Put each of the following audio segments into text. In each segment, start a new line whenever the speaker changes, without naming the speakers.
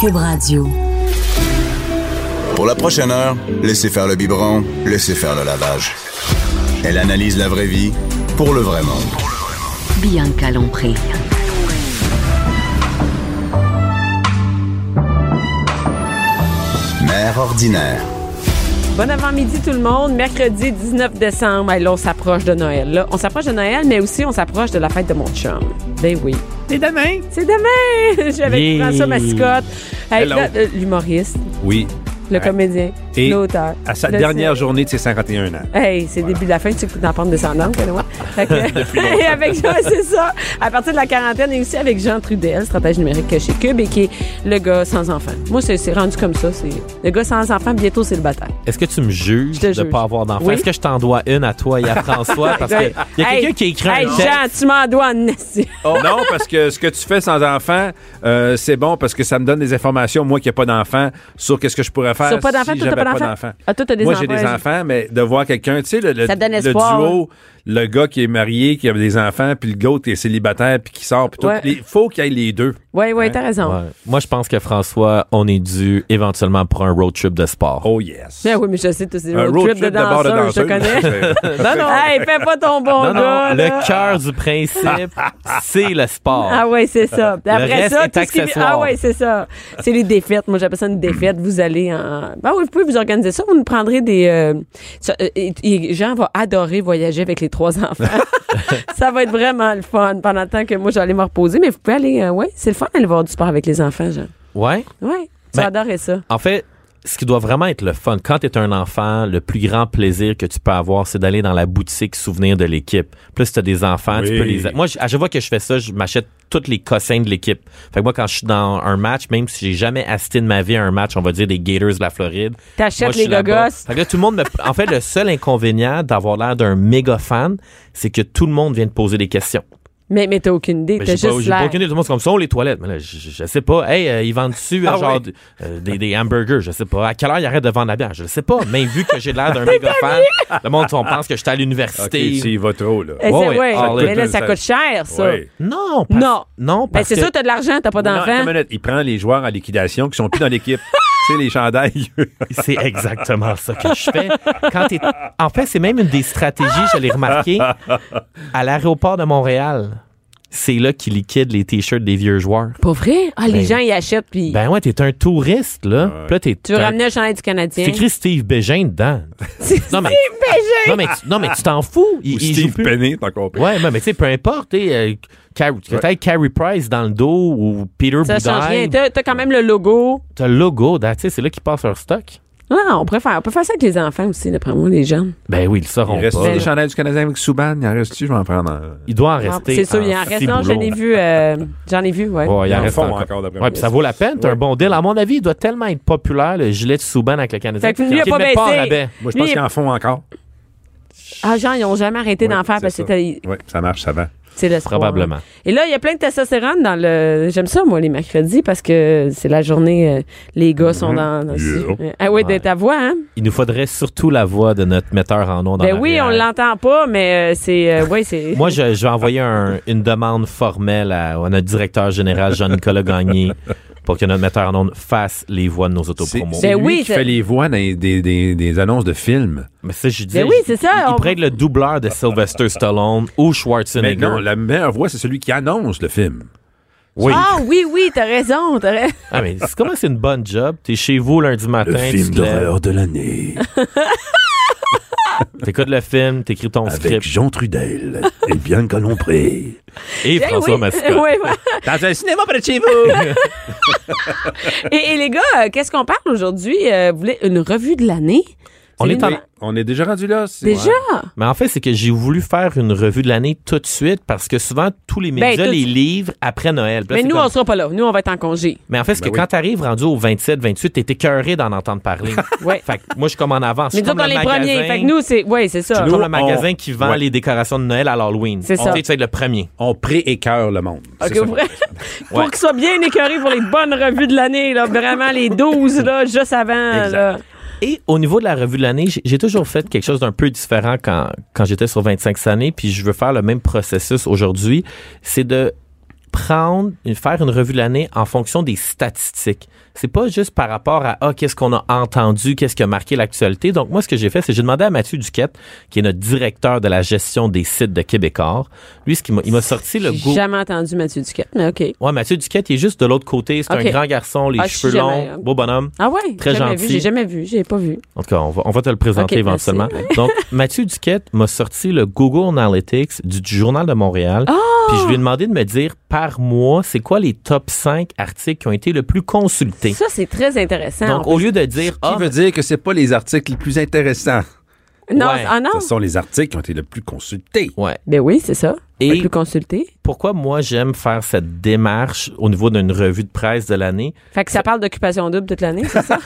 Cube Radio.
Pour la prochaine heure, laissez faire le biberon, laissez faire le lavage. Elle analyse la vraie vie pour le vrai monde.
Bianca Lompré.
Mère ordinaire.
Bon avant-midi tout le monde, mercredi 19 décembre. Hey, là, on s'approche de Noël. Là. On s'approche de Noël, mais aussi on s'approche de la fête de mon chum. Ben oui.
C'est demain.
C'est demain! J'ai avec
Yeah.
François Mascotte. Hey,
Hello.
là, euh, L'humoriste,
Oui.
le
Ouais.
comédien,
Et
l'auteur.
à sa
le-
dernière journée de ses 51 ans.
Hey, c'est début de la fin, tu écoutes en pente descendante, Benoît. Fait que- et avec Jean, c'est ça. À partir de la quarantaine, et aussi avec Jean Trudel, stratège numérique chez Cube, et qui est le gars sans enfant. Moi, c'est c'est rendu comme ça. C'est le gars sans enfant, bientôt c'est le bataille.
Est-ce que tu me juges
Je te
de
juge.
pas avoir d'enfant?
Oui.
Est-ce que je t'en dois une à toi et à François? Parce que il y a quelqu'un qui écrit
Hey,
un texte.
Jean, tu m'en dois une nasty.
Non, parce que ce que tu fais sans enfant, euh, c'est bon parce que ça me donne des informations, moi qui n'ai pas d'enfant, sur qu'est-ce que je pourrais faire
Sur pas d'enfant,
si
toi, t'as pas
j'avais
d'enfant? Ah, toi, t'as des
moi,
enfants,
j'ai des
j'ai-
enfants, mais de voir quelqu'un, tu sais, le, le-
Ça te donne
le
espoir,
duo, le gars qui est marié, qui a des enfants, puis le gars qui est célibataire, puis qui sort, puis tout.
Ouais.
Il faut qu'il y ait les deux.
Oui, oui, t'as raison.
Ouais. Moi, je pense que François, on est dû éventuellement pour un road trip de sport.
Oh yes.
Ben oui, mais je sais, toi, c'est
Un
road, trip, de
bord
danseur, je te
danseuse.
connais.
non, non.
hey, fais pas ton bon
non, non,
gars, là.
le cœur du principe, c'est le sport.
Ah ouais, c'est ça. Puis
Le
Après
reste
ça,
est
tout ce qui-
accessoire.
Ah ouais, c'est ça. C'est les défaites. Moi, j'appelle ça une défaite. Vous allez en Ben oui, vous pouvez vous organiser ça, vous nous prendrez des euh, ça- euh, et- et Jean va adorer voyager avec les trois enfants. ça va être vraiment le fun pendant le temps que moi j'allais me reposer, mais vous pouvez aller euh, ouais, c'est le fun d'aller voir du sport avec les enfants, Jean.
Ouais.
Ouais. Tu vas
Ben,
adorer ça.
En fait, ce qui doit vraiment être le fun, quand tu es un enfant, le plus grand plaisir que tu peux avoir, c'est d'aller dans la boutique souvenir de l'équipe. Plus tu as des enfants, tu
Oui.
peux les... Moi, je- à chaque fois que je fais ça, je m'achète toutes les cossins de l'équipe. Fait que moi, quand je suis dans un match, même si j'ai jamais assisté de ma vie à un match, on va dire des Gators de la Floride.
T'achètes
moi, je
les
suis là-bas.
gogos.
Fait que là, tout le monde me... En fait, le seul inconvénient d'avoir l'air d'un méga fan, c'est que tout le monde vient te poser des questions.
Mais mais t'as aucune idée,
Mais
t'as
j'ai pas-
juste
j'ai pas
l'air.
aucune idée. Tout le monde, c'est comme ça, les toilettes. Mais là, je, je- je sais pas. Hey, euh, ils vendent dessus
Ah
genre
oui.
d- euh, des, des hamburgers, je sais pas. À quelle heure ils arrêtent de vendre la bière, je sais pas. Mais vu que j'ai l'air d'un méga fan, le monde on pense que j'étais à
OK,
l'université.
tu y vas trop, là.
Eh, c'est-
Ouais, ouais,
ouais,
all
mais
in,
là ça
ça-
coûte cher ça.
Ouais.
non, parce-
Non.
non,
Ben
parce
c'est
que
sûr t'as de l'argent, t'as pas
Non, attends
d'enfants.
une minute. Il prend les joueurs en liquidation qui sont plus dans l'équipe. tu sais, les chandails. euh,
c'est exactement ça que je fais. Quand t'es- en fait, c'est même une des stratégies, je l'ai remarqué, à l'aéroport de Montréal. C'est là qu'ils liquident les t-shirts des vieux joueurs.
Pas vrai? Ah, les
Ben-
gens y achètent puis
Ben ouais, t'es un touriste, là. Puis là, t'es-
tu veux
t'es un-
ramener le chandail du
C'est
Canadien.
écrit Steve Bégin dedans. Non, mais-
Steve Bégin!
Non mais, tu, non, mais tu t'en fous. Il,
Ou
il joue
Steve
plus.
Penney, t'as compris.
Ouais, mais, mais tu sais, peu importe. t'sais, Euh, Car- que t'aies Carey Price dans le dos ou Peter
Ça change rien.
Boudaille.
T'as t'as quand même le logo.
T'as le logo, that- t'sais, c'est là qu'ils passent leur stock.
Non, on, préfère, on peut faire ça avec les enfants aussi, d'après moi, les jeunes.
Ben oui, ils le sauront
Il reste
pas.
des chandails du Canadien avec Souban? Il en reste-tu? Je vais en prendre un.
Il doit en
Ah,
rester.
C'est sûr, il en
six
reste. Non, j'en ai
boulots.
vu. euh, j'en ai vu, ouais.
Ouais, il
Ils
en
en
reste
font
encore.
encore, d'après
ouais,
moi.
puis ça vaut la peine, t'as un bon deal. À mon avis, il doit tellement être populaire, le gilet de Souban avec le Canadien.
Fait que lui, il a
qu'il
pas
le met pas
baissé.
en rabais.
Moi, je pense
Lui-
qu'ils en font encore.
Ah, genre, ils n'ont jamais arrêté d'en faire parce que c'était-
Oui, ça marche, ça va.
c'est l'espoir.
Probablement.
Et là, il y a plein de testostérone dans le. J'aime ça, moi, les mercredis, parce que c'est la journée. euh, les gars sont dans. dans-
Yeah.
Ah oui,
Mhm.
de
Ouais.
ta voix, hein?
Il nous faudrait surtout la voix de notre metteur en nom dans
Ben oui, on
l'arrière.
l'entend pas, mais euh, c'est. euh, ouais, c'est.
Moi, je, je vais envoyer un- une demande formelle à, à notre directeur général, Jean-Nicolas Gagné, pour que notre metteur en ondes fasse les voix de nos
C'est
autopromos.
c'est
Ben
lui
oui,
qui
c'est-
fait les voix dans les- des, des- des annonces de films.
Mais ça, je dis,
Ben oui, c'est ça,
Il, il
on-
pourrait être le doubleur de Sylvester Stallone ou
Mais
Schwarzenegger.
non, la meilleure voix, c'est celui qui annonce le film.
Oui.
Ah oui, oui, t'as raison. T'as raison.
Ah, mais c'est comment c'est une bonne job? T'es chez vous lundi matin, tu te lèves,
de l'année
t'écoutes le film, t'écris ton script
Jean Trudel et Bianca Lompré.
et
Eh
François
oui.
Mascotte.
Ouais, ouais.
Dans un cinéma près de chez vous!
Et, et les gars, euh, qu'est-ce qu'on parle aujourd'hui? Euh, vous voulez une revue de l'année?
On
C'est
est en-
une-
On est Ah. déjà rendu là. c'est-
Déjà?
Ouais.
Mais en fait, c'est que j'ai voulu faire une revue de l'année tout de suite parce que souvent, tous les médias
Ben, tout-
les livrent après Noël. Puis là,
Mais
c'est
nous,
comme-
on sera pas là. Nous, on va être en congé.
Mais en fait, c'est que
Ben oui.
quand t'arrives rendu au 27, 28, t'es écœuré d'en entendre parler.
Ouais.
Fait que moi, je suis comme en avance. Je
Mais
suis
nous autres,
comme
on est
le
les
magasin-
premiers. Fait que nous, c'est. Oui, c'est
je
ça.
suis comme le
on-
magasin qui vend
Ouais.
les décorations de Noël à l'Halloween.
C'est
On
ça.
sait que tu es le premier.
On pré-écœure le monde.
Ok,
C'est ça.
vrai. pour qu'ils soient bien écœurés pour les bonnes revues de l'année, là. Vraiment, les 12, là, juste avant, là.
Et au niveau de la revue de l'année, j'ai- j'ai toujours fait quelque chose d'un peu différent quand, quand j'étais sur 25 années, puis je veux faire le même processus aujourd'hui. C'est de prendre, faire une revue de l'année en fonction des statistiques. C'est pas juste par rapport à ah, qu'est-ce qu'on a entendu, qu'est-ce qui a marqué l'actualité. Donc, moi, ce que j'ai fait, c'est que j'ai demandé à Mathieu Duquette, qui est notre directeur de la gestion des sites de Québécois. Lui, ce qu'il m'a- il m'a sorti le
J'ai
goût.
jamais entendu Mathieu Duquette, mais OK.
Ouais, Mathieu Duquette, il est juste de l'autre côté. C'est
Ok.
un grand garçon, les
Ah, je
cheveux
suis
longs,
jamais-
beau bonhomme.
Ah ouais?
Très
jamais
gentil.
vu, J'ai jamais vu, j'ai pas vu.
En tout cas, on va, on va te le présenter
Ok, merci.
éventuellement. Donc, Mathieu Duquette m'a sorti le Google Analytics du, du Journal de Montréal.
Ah!
Puis je lui ai demandé de me dire par mois, c'est quoi les top 5 articles qui ont été le plus consultés.
Ça, c'est très intéressant.
Donc,
On-
au lieu de dire,
Qui
ah,
veut dire que c'est pas les articles les plus intéressants.
non,
ouais.
ah non?
Ce sont les articles qui ont été le plus consultés.
ouais.
Ben oui, c'est ça.
Et-
Et plus consulté.
Pourquoi moi, j'aime faire cette démarche au niveau d'une revue de presse de l'année?
Fait que ça parle d'occupation double toute l'année, c'est ça?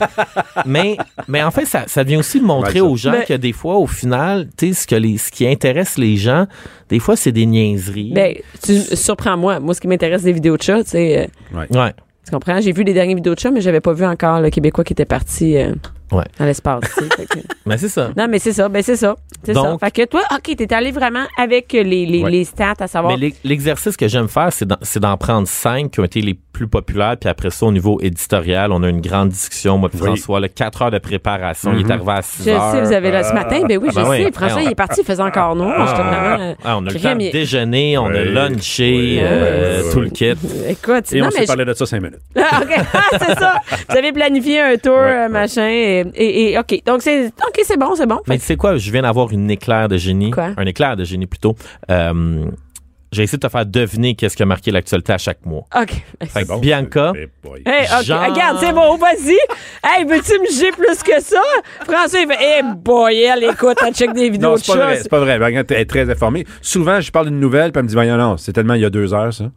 mais, mais en fait, ça, ça vient aussi de montrer
Ouais, ça.
aux gens
Mais-
que des fois, au final, tu sais, ce, que les- ce qui intéresse les gens, des fois, c'est des niaiseries.
ben, tu surprends-moi. Moi, ce qui m'intéresse des vidéos de chats, c'est. euh,
ouais.
tu comprends? J'ai vu les dernières vidéos de chats, mais j'avais pas vu encore le Québécois qui était parti euh,
Ouais.
dans l'espace. tu sais. Fait que-
Mais c'est ça.
non, mais c'est ça. Ben, c'est ça. C'est ça.
Donc-
Fait que toi, OK, t'es allé vraiment avec les, les,
Ouais.
les stats, à savoir.
Mais l'ex- l'exercice que j'aime faire, c'est d'en- c'est d'en prendre cinq qui ont été les plus populaires, puis après ça, au niveau éditorial, on a une grande discussion, moi puis
Oui. Mm-hmm.
François, là, quatre heures de préparation, il est arrivé à six
Je
heures.
sais, vous avez là ce matin. Ben oui, je
ben oui,
sais. François,
on-
il est parti, il faisait encore noir. J'étais vraiment, euh,
Ah, on a eu le temps
crème,
de
il-
déjeuner, on a
Oui.
lunché,
Oui,
euh,
oui, oui,
tout
oui.
le kit.
Écoute,
Et
non,
on s'est
mais je-
parlé de ça cinq minutes.
Ah, OK, Ah, c'est ça. Vous avez planifié un tour,
Ouais,
euh,
ouais.
machin. Et, et- et- OK. Donc, c'est ok, c'est bon, c'est bon.
Mais tu sais quoi, je viens d'avoir une éclair de génie.
Quoi?
Un éclair de génie plutôt. Euh, J'ai essayé de te faire deviner qu'est-ce qui a marqué l'actualité à chaque mois.
OK.
Fait que Bianca,
Eh boy.
Hey, OK.
Jean-
Regarde, c'est bon, vas-y. Hey, veux-tu me girer plus que ça? François, il fait, hey, boy, elle écoute, elle check des vidéos
Non,
de
c'est pas vrai,
choses.
c'est pas vrai. Bianca est très informée. Souvent, je parle d'une nouvelle, puis elle me dit, ben non, non, c'est tellement il y a deux heures, ça.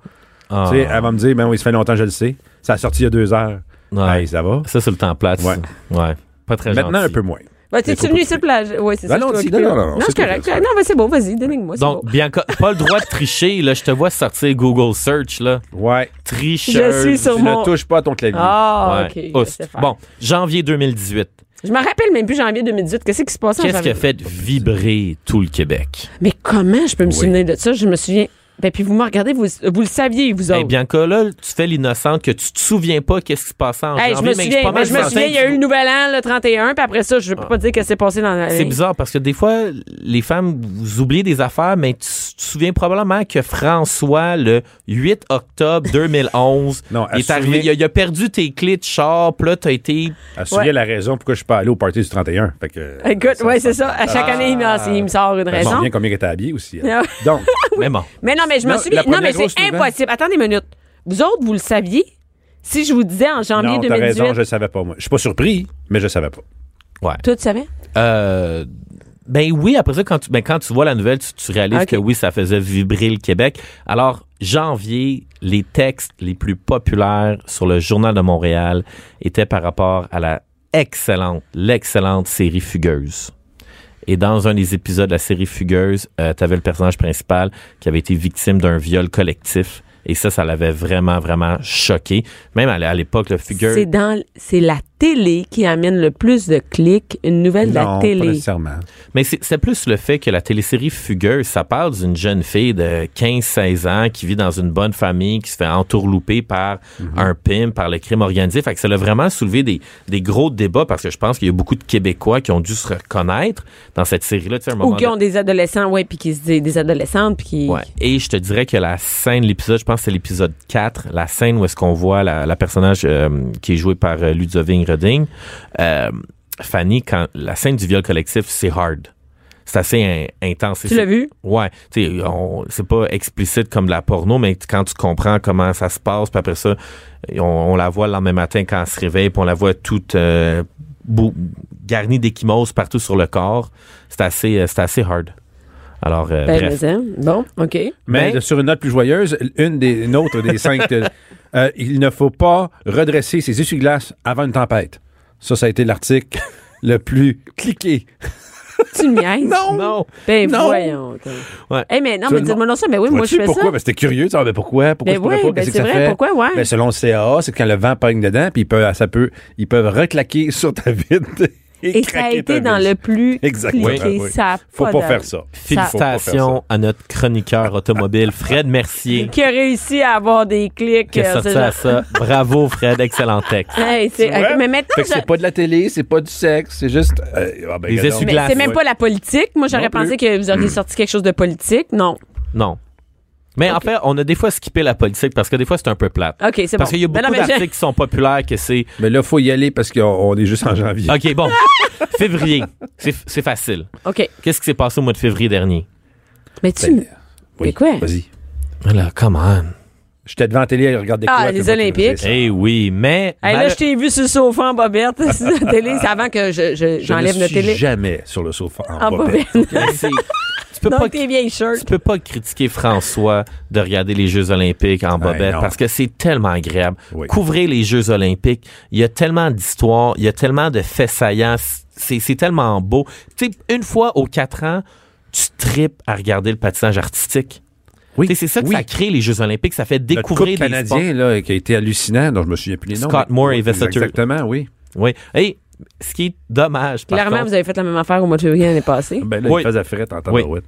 ah,
Tu sais, elle va me dire, ben oui, ça fait longtemps, je le sais. Ça a sorti il y a deux heures.
Ouais.
Hey, ça va.
ça c'est le temps plat.
Ah, Ouais.
ouais. Pas très
Maintenant,
gentil.
un peu moins.
Bah, t'es-tu venu sur plage? Oui, c'est
Ben
ça.
non,
je suis
dis- non,
occupée.
non, non,
Non,
c'est
c'est
ce que
correct.
je veux
Non, mais c'est bon, vas-y, dénigne-moi. c'est
Donc,
bon.
Bianca, pas le droit de tricher, là. Je te vois sortir Google Search, là.
Ouais.
Tricheuse.
Je suis sur
tu
mon-
ne touches pas à ton clavier.
Ah,
Ouais.
OK. je
Oust.
sais faire.
Bon, janvier 2018.
Je me rappelle même plus janvier 2018. Qu'est-ce qui se passait en
Qu'est-ce qui
janvier?
a fait vibrer tout le Québec?
Mais comment je peux me
Oui.
souvenir de ça? Je me souviens. Ben, puis vous me regardez, vous, vous le saviez, vous
Eh
autres.
Bianca, là, tu fais l'innocente que tu te souviens pas qu'est-ce qui se passait en
Hey, je
janvier.
me
mais
souviens,
pas
mais
mal
je me
certain
souviens, il y a
que
eu le nouvel an, le 31, puis après ça, je
Ah.
peux pas dire qu'est-ce qui s'est passé dans la...
C'est bizarre parce que des fois, les femmes, vous oubliez des affaires, mais tu tu te souviens probablement que François, le 8 octobre 2011,
Non,
il
elle
est arrivé,
souvient-
il a, il a perdu tes clés de char, puis là, t'as été...
Elle se souvient
Ouais.
la raison pourquoi je suis pas allé au party du 31. Fait que,
Écoute, ouais, c'est ça. À chaque année, il me, il me sort une
Ah. Ben, Je me
raison.
souviens combien elle était habillée aussi. elle.
Ah
Donc,
Mais bon.
Mais non, mais je me
Non,
souviens...
la
Non,
première
mais
grosse
c'est
nouvelle.
impossible. Attendez une minute. Vous autres, vous le saviez? Si je vous disais en janvier
non, t'as
2018...
raison, je le savais pas, moi. Je suis pas surpris, mais je le savais pas.
Ouais.
Toi, tu savais?
Euh, ben oui, après ça, quand tu, ben quand tu vois la nouvelle, tu, tu réalises
Ah, Ok.
que oui, ça faisait vibrer le Québec. Alors, janvier, les textes les plus populaires sur le Journal de Montréal étaient par rapport à la excellente, l'excellente série Fugueuse. Et dans un des épisodes de la série Fugueuse, tu avais le personnage principal qui avait été victime d'un viol collectif. Et ça, ça l'avait vraiment, vraiment choqué. Même à, l- à l'époque, le Fugueuse...
C'est dans... l- C'est la télé qui amène le plus de clics, une nouvelle de
non,
la
pas
télé.
nécessairement.
Mais c'est c'est plus le fait que la télésérie Fugueuse, ça parle d'une jeune fille de 15-16 ans qui vit dans une bonne famille, qui se fait entourlouper par un pimp, par le crime organisé. Fait que ça l'a vraiment soulevé des, des gros débats parce que je pense qu'il y a beaucoup de Québécois qui ont dû se reconnaître dans cette série-là. Tu sais, à un
Ou
moment
qui
donné-
ont des adolescents, ouais, puis qui se disent des adolescentes, puis qui...
Ouais. Et je te dirais que la scène, l'épisode, je pense que c'est l'épisode 4, la scène où est-ce qu'on voit la, la personnage euh, qui est jouée par euh, Ludovic Reding, euh, Fanny, quand la scène du viol collectif, c'est hard. C'est assez in- intense. Et
Tu
c'est-
l'as vu?
Ouais, tu sais, on- c'est pas explicite comme de la porno, mais t- quand tu comprends comment ça se passe, puis après ça, on, on la voit le lendemain matin quand elle se réveille, puis on la voit toute euh, bou- garnie d'échymoses partout sur le corps. C'est assez, euh, c'est assez hard. Alors, euh,
Ben,
bref.
mais, hein, Bon, OK.
Mais
Ben-
sur une note plus joyeuse, une des une autre des cinq. de- euh, il ne faut pas redresser ses essuie-glaces avant une tempête. Ça, ça a été l'article le plus cliqué.
Tu me niaises?
Non!
Ben
Non.
voyons. toi.
Ouais.
Eh mais non,
Tout
mais
le
dites-moi non ça. Mais oui, moi je
Vois-tu
fais
pourquoi?
ça.
Ben, c'était curieux. tu sais, ah, ben pourquoi? Pourquoi
Ben
je pourrais
oui,
pas?
ben
Qu'est-ce que
c'est
ça
vrai,
fait?
pourquoi, ouais.
Ben, selon le CAA, c'est que quand le vent pogne dedans, puis il peut- ça peut, ils peuvent reclaquer sur ta vitre.
Et ça a
craquer ta
été dans
vis.
le plus
Exactement,
cliqué.
oui.
Ça a
Faut pas
d'allure.
faire ça.
Faut pas
Félicitations à notre chroniqueur automobile, Fred Mercier,
Qui a réussi à avoir des clics.
qui a
euh,
sorti
c'est
à
genre-
ça. Bravo, Fred, excellent texte.
Hey, c'est-
Tu vois?
mais maintenant,
Fait que
je-
c'est pas de la télé, c'est pas du sexe, c'est juste. euh, ah ben,
Les
regarde,
mais
essuie-glaces.
c'est même
ouais.
pas la politique. Moi, j'aurais
Non plus.
pensé que vous auriez sorti quelque chose de politique. Non.
Non. Mais en fait, on a des fois skippé la politique parce que des fois, c'est un peu plate.
OK, c'est bon.
Parce qu'il y a
Ben
beaucoup
non, mais j'ai-
d'articles qui sont populaires que c'est
Mais là, faut y aller parce qu'on on est juste en janvier.
OK, bon. février. C'est c'est facile.
OK.
Qu'est-ce qui s'est passé au mois de février dernier?
Mais tu.
Ben,
Mais quoi?
Vas-y.
Là, come on.
J'étais devant la télé, elle regardait
Ah,
quoi?
les
puis moi,
Olympiques.
tu me disais ça.
Eh oui, mais.
Hey, là,
ben,
mal-
je t'ai vu sur le sofa en bobette, sur la télé. C'est avant que je- je-
Je ne
j'enlève
suis
notre télé. Ah,
jamais sur le sofa en,
En
bobette.
bobette.
Mais c'est- tu peux pas
Donc, tes vieilles shirts.
tu peux pas critiquer François de regarder les Jeux Olympiques en bobette
Ben non.
parce que c'est tellement agréable.
Oui.
Couvrez les Jeux Olympiques. Il y a tellement d'histoires, il y a tellement de faits saillants. C'est, c'est tellement beau. Tu sais, une fois aux quatre ans, tu tripes à regarder le patinage artistique.
Oui.
Tu sais, c'est ça que
Oui.
ça crée les Jeux Olympiques. Ça fait
Notre couple
découvrir des
canadien, là, qui a été hallucinant, dont je me souviens plus les noms.
Scott
mais-
Moore et Vessa Turk.
Exactement, oui.
sports. Oui. Et ce qui est dommage, par
Clairement,
contre,
vous avez fait la même affaire au mois de février l'année passée.
Ben là,
Oui.
il faisait frette en
Oui.
tabarouette.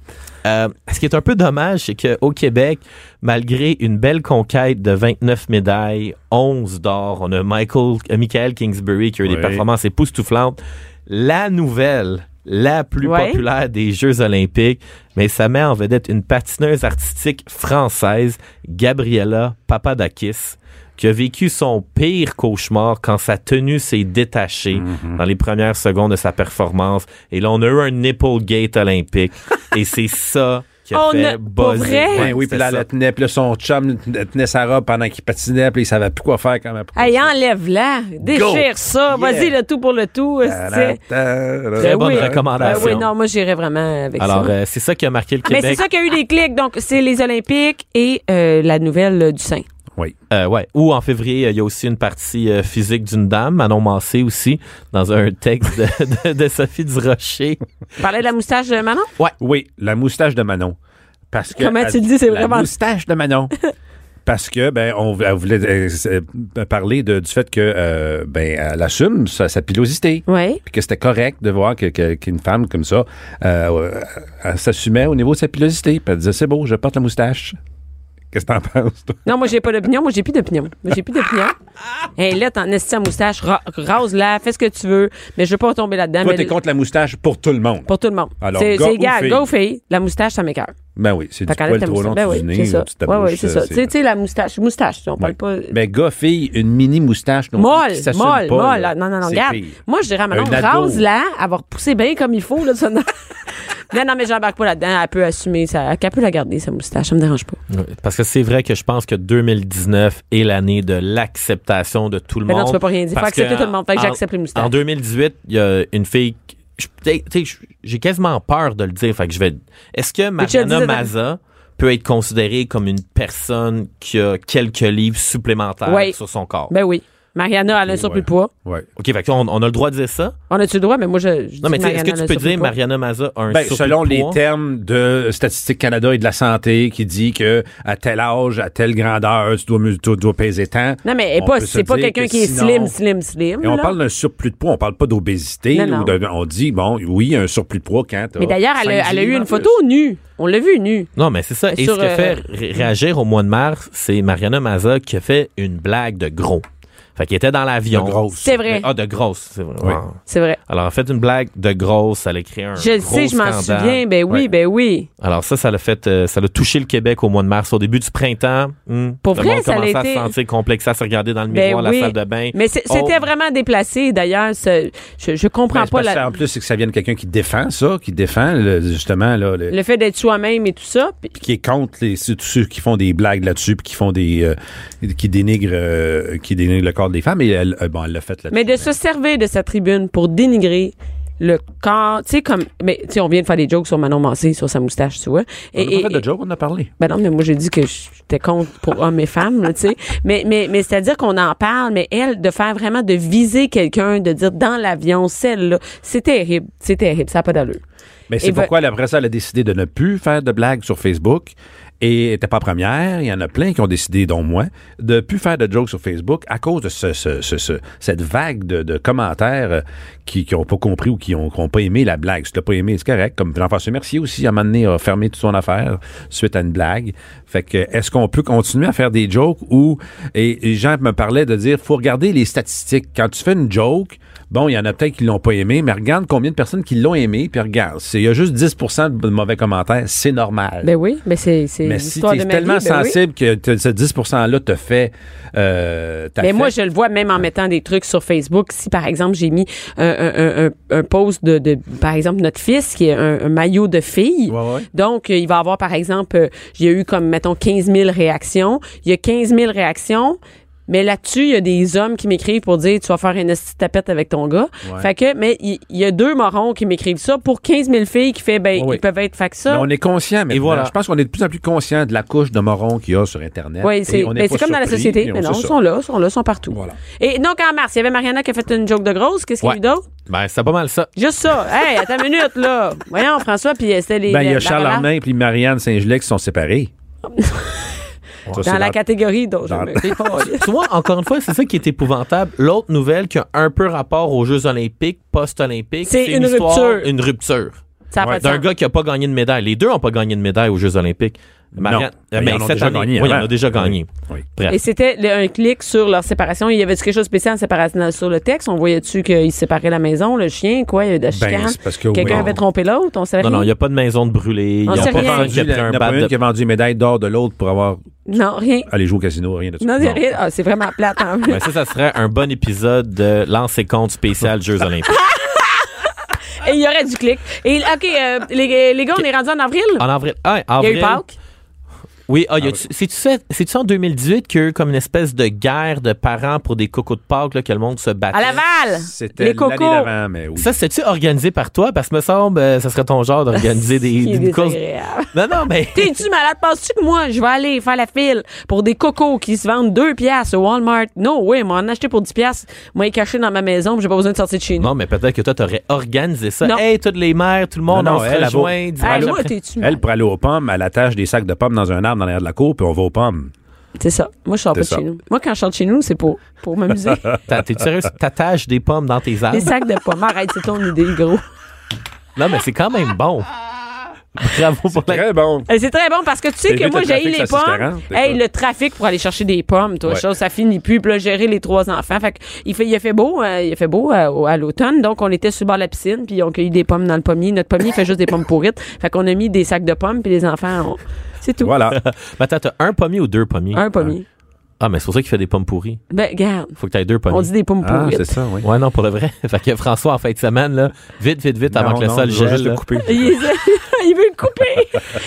Euh, ce qui est un peu dommage, c'est qu'au Québec, malgré une belle conquête de 29 médailles, 11 d'or, on a Michael, euh, Michael Kingsbury qui a eu des
Oui.
performances époustouflantes. La nouvelle, la plus
Ouais.
populaire des Jeux olympiques, mais ça met en vedette une patineuse artistique française, Gabriela Papadakis, qui a vécu son pire cauchemar quand sa tenue s'est détachée
Mhm.
dans les premières secondes de sa performance. Et là, on a eu un nipple gate olympique. et c'est ça qui a
On
fait
a-
buzzer.
pour vrai?
Ouais,
Ben oui,
c'était
puis là,
ça.
elle tenait, puis là, son chum elle tenait sa robe pendant qu'il patinait, puis il savait plus quoi faire quand même.
Hey, hein, enlève-la. Déchire ça. Vas-y, le tout pour le tout.
Ben,
c'est-
Très
Très
Ben
bonne
oui. Ben
recommandation.
oui, non, moi, j'irais vraiment avec
Alors,
ça. Ah,
euh, c'est ça qui a marqué le
Mais
Québec.
c'est ça qui a eu des clics. Donc, c'est les Olympiques et euh, la nouvelle euh, du sein.
Oui.
Euh, ouais. Ou en février, euh, il y a aussi une partie euh, physique d'une dame, Manon Massé aussi, dans un texte de, de- de Sophie Durocher.
Tu parlais de la moustache euh, de Manon?
Oui, la moustache de Manon. Parce que
Comment
elle-
tu le dis, c'est vraiment-
La moustache de Manon. Parce que ben on elle voulait euh, euh, parler de- du fait que euh, ben elle assume sa, sa pilosité,
Oui.
puis que c'était correct de voir que- que- qu'une femme comme ça euh, elle s'assumait au niveau de sa pilosité, puis elle disait c'est beau, je porte la moustache. Qu'est-ce que t'en penses toi?
Non, moi, j'ai pas d'opinion. Moi, j'ai plus d'opinion. Moi, j'ai plus d'opinion. Et là, t'en estis ta moustache. ra- Rase-la. Fais ce que tu veux. Mais je veux pas tomber là-dedans.
Toi
mais
t'es contre la moustache pour tout le monde.
Pour tout le monde.
Alors,
C'est
gars
c'est
ou
gars,
fille?
gars ou fille. La moustache, ça m'écoeure.
Ben oui, c'est du
Fait qu'enlève
poil
ta
trop long
moustache.
du
Ben oui,
nez,
c'est ça.
ou tu
Ouais,
t'abouches,
ouais, c'est ça.
euh,
Tu sais, tu sais, la moustache. Moustache, on parle pas.
Mais gars, fille, une mini moustache non plus
Molle,
qui s'assume
molle,
pas,
molle.
là,
Non, non, non,
c'est
regarde.
pire.
Moi, je dirais à Manon,
Un ado.
rase-la, avoir poussé bien comme il faut. Là, ça- non, non, non, mais j'embarque pas là-dedans. Elle peut assumer, ça, elle peut la garder, sa moustache. Ça me dérange pas.
Ouais, Parce que c'est vrai que je pense que 2019 est l'année de l'acceptation de tout le
Mais non,
monde.
tu peux pas rien dire. Faut
Parce
accepter
que
tout le monde. Fait que
en-
j'accepte les moustaches.
En 2018, il y a une fille. qui- je- tu sais, tu sais, J'ai quasiment peur de le dire. Fait que je vais. Est-ce
tu
que
euh, le
Mariana
disais dans-
Maza peut être considérée comme une personne qui a quelques livres supplémentaires
Ouais.
sur son corps?
Ben oui. Mariana, elle a un surplus de poids.
Ouais.
OK, fait que on, on a le droit de dire ça?
On a-tu le droit? Mais moi, je. je
Non,
dis
mais tu sais, est-ce
Mariana
que
a un
tu peux
surplus
dire
de poids.
Mariana Maza a un
Ben,
surplus
selon
de
les
poids?
termes de Statistique Canada et de la santé qui dit que à tel âge, à telle grandeur, tu dois, mu- tu dois peser tant.
Non, mais elle est
on
pas-
peut se
c'est pas
dire
quelqu'un
que
qui est slim,
sinon-
slim, slim.
Et on
là.
parle d'un surplus de poids, on parle pas d'obésité.
Non,
là,
non.
ou de- On dit, bon, oui, un surplus de poids quand t'as
Mais d'ailleurs, elle, a-
5
elle a eu
livres en
une
plus.
photo nue. On l'a vue nue.
Non, mais c'est ça. Et
Sur,
ce qui a
euh,
fait ré- réagir au mois de mars, c'est Mariana Maza qui a fait une blague de gros. Fait qu'il était dans l'avion.
De grosse.
C'est vrai.
Ah, de grosse. c'est vrai.
Oui.
Wow.
C'est vrai.
Alors, en fait, une blague de grosse, ça a créé un
Je le
gros
sais, je m'en
scandale.
souviens. Ben oui,
Ouais.
ben oui.
Alors ça, ça l'a fait, euh, ça l'a touché le Québec au mois de mars, au début du printemps. hmm,
Pour
le
vrai,
monde
ça l'a
commençait
été.
à se sentir complexe, à se regarder dans le
Ben
miroir,
oui.
la salle de bain.
Mais c'est-
Oh.
c'était vraiment déplacé, d'ailleurs. ce- Je, je
Ben,
comprends
c'est
pas
parce que
la-
En plus, c'est que ça vient de quelqu'un qui défend ça, qui défend le- justement là, le-
le fait d'être soi-même et tout ça. Puis-
qui est contre les, tous ceux qui font des blagues là-dessus puis qui font des euh, qui dénigrent euh, qui dénigrent le corps des femmes et elle euh, bon elle l'a fait là-dessus.
Mais de se servir de sa tribune pour dénigrer le corps, tu sais comme mais tu sais on vient de faire des jokes sur Manon Mancé sur sa moustache, tu vois.
on a pas fait de joke, on en a parlé.
ben non, mais moi j'ai dit que j'étais contre pour hommes et femmes, là, tu sais. Mais mais mais c'est-à-dire qu'on en parle, mais elle de faire vraiment de viser quelqu'un, de dire dans l'avion celle-là, c'est terrible, c'est terrible, ça n'a pas d'allure.
Mais
Et
c'est
va-
pourquoi la presse elle a décidé de ne plus faire de blagues sur Facebook et n'était pas première. Il y en a plein qui ont décidé, dont moi, de plus faire de jokes sur Facebook à cause de ce, ce- ce- ce- cette vague de, de commentaires euh, qui n'ont pas compris ou qui n'ont pas aimé la blague. Si tu l'as pas aimé, c'est correct. Comme Jean-François Mercier aussi, à un moment donné, a fermé toute son affaire suite à une blague. Fait que, est-ce qu'on peut continuer à faire des jokes ou, et, les gens me parlaient de dire, faut regarder les statistiques. Quand tu fais une joke, Bon, il y en a peut-être qui l'ont pas aimé, mais regarde combien de personnes qui l'ont aimé, puis regarde. c'est- Il y a juste 10 de mauvais commentaires, c'est normal.
Ben oui, mais c'est c'est
mais si
l'histoire
tu
de
es
ma
tellement
vie, ben oui.
sensible que t- ce 10 %-là te fait. euh, t'a
Mais
fait-
Ben moi, je le vois même en mettant des trucs sur Facebook. Si, par exemple, j'ai mis un, un, un, un post de, de, par exemple, notre fils, qui est un, un maillot de fille.
Ouais, ouais.
Donc, euh, il va avoir, par exemple, euh, j'ai eu comme, mettons, 15 000 réactions. Il y a 15 000 réactions. Mais là-dessus, il y a des hommes qui m'écrivent pour dire tu vas faire une esti de tapette avec ton gars. Fait que, mais il il y, a deux morons qui m'écrivent ça pour 15 000 filles qui fait ben
Oui.
ils peuvent être fait que
Mais
ça.
on est conscient, mais
voilà.
voilà. Je pense qu'on est de plus en plus conscient de la couche de morons qu'il y a sur Internet.
Oui, c'est
Et on est
mais
pas
c'est comme dans la
surpris,
société.
puis on
Mais non,
sait
ils
ça.
sont là, ils sont là, ils sont partout.
Voilà.
Et donc, en mars, il y avait Mariana qui a fait une joke de grosse. Qu'est-ce qu'il y a eu
Ouais.
d'autre?
Ben, c'est pas mal ça.
Juste ça. Hey, attends une minute, là. Voyons, François, puis euh, c'était les.
Ben,
la-
il y a
la
Charles
relâche.
Arnain et puis Marianne Saint-Gelais qui sont séparés. Ça, c'est
Dans la
dans-
catégorie dont je
dans-
me- oh,
tu vois, encore une fois, c'est ça qui est épouvantable. L'autre nouvelle qui a un peu rapport aux Jeux olympiques, post-olympiques,
C'est une rupture.
Une rupture.
Ça a pas de
D'un
sens.
gars qui n'a pas gagné de médaille. Les deux n'ont pas gagné de médaille aux Jeux olympiques. Marianne-
Ben,
mais
ils en ont
cette
déjà
année-
gagné
Oui, il en
avant.
a déjà gagné.
Oui. Oui.
Bref.
Et c'était le- un clic sur leur séparation. Il y avait quelque chose de spécial en séparation sur le texte. On voyait-tu qu'ils se séparaient la maison, le chien, quoi, il y avait de la chicane.
Ben, c'est parce que,
Quelqu'un
oui.
avait trompé l'autre, on savait
Non, non, il
rien.
n'y a pas de maison de brûlée. Il
On
n'y a
sait
pas
Il y a
rien.
personne
vendu
qui a pris
la-
un
il y en a pas
bad
une
de-
qui a vendu une médaille d'or de l'autre pour avoir
Non, rien.
allé jouer au casino, rien de ça.
Non, il y a
Euh, Non.
rien. Ah, c'est vraiment plate. hein.
Ben, ça, ça serait un bon épisode de Lance et compte spécial Jeux Olympiques.
Et il y aurait du clic. Et, OK, euh, les, les gars, on est rendu en avril.
En avril. Ah,
Il y a
avril
eu Pâques.
Oui, ah, y a-tu- c'est-tu ça- c'est-tu en 2018 qu'il y a eu comme une espèce de guerre de parents pour des cocos de Pâques, là, que le monde se battait?
À Laval.
C'était
Les
l'année
cocos.
d'avant, mais oui.
Ça, c'est-tu organisé par toi? Parce que me semble, euh, ça serait ton genre d'organiser des,
Il est
une course-
désagréable.
Non, non, mais.
T'es-tu malade? Penses-tu que moi, je vais aller faire la file pour des cocos qui se vendent 2 piastres au Walmart? Non, oui, m'en acheter pour 10 piastres, moi, caché dans ma maison, puis j'ai pas besoin de sortir de chez nous.
Non, mais peut-être que toi, t'aurais organisé ça.
Non.
Hey, toutes les mères, tout le monde,
Non, non,
on se
elle, elle vaut-
rejoint. dimanche
Hey, moi,
après.
t'es-tu malade?
Elle, pour aller aux pommes, elle attache des sacs de pommes dans un arbre dans l'air de la cour, puis on va aux pommes.
C'est ça. Moi, je sors pas de
C'est
chez
ça.
nous. Moi, quand je sors de chez nous, c'est pour, pour m'amuser.
T'as- T'es sérieux? T'attaches des pommes dans tes arbres?
Des sacs de pommes. Arrête, c'est ton idée, gros.
Non, mais c'est quand même bon. Bravo pour la.
Très bon.
Euh, C'est très bon parce que tu sais
T'as
que
vu
moi,
le
j'ai
trafic
les
sur la
pommes.
640, t'es
Hey,
quoi?
le trafic pour aller chercher des pommes, toi,
Ouais.
chose, ça finit plus. Puis là, gérer les trois enfants. Fait que il fait, il a fait beau, euh, il a fait beau euh, au- à l'automne. Donc, on était sur le bord de la piscine, puis on cueilli des pommes dans le pommier. Notre pommier fait juste des pommes pourrites. Fait qu'on a mis des sacs de pommes, puis les enfants, ont- c'est tout.
Voilà.
Mais attends, t'as un pommier ou deux pommiers?
Un pommier.
Ah, mais c'est pour ça qu'il fait des pommes pourries.
Ben, regarde,
Faut que t'aies deux pommiers.
on dit des pommes
Ah,
pourrites.
c'est ça, oui.
Ouais, non, pour le vrai. fait que François, en fin de semaine, là, vite, vite, vite, avant
Non,
que le
non,
sol
je vais
gèle.
juste le
là.
couper.
il, il veut le couper.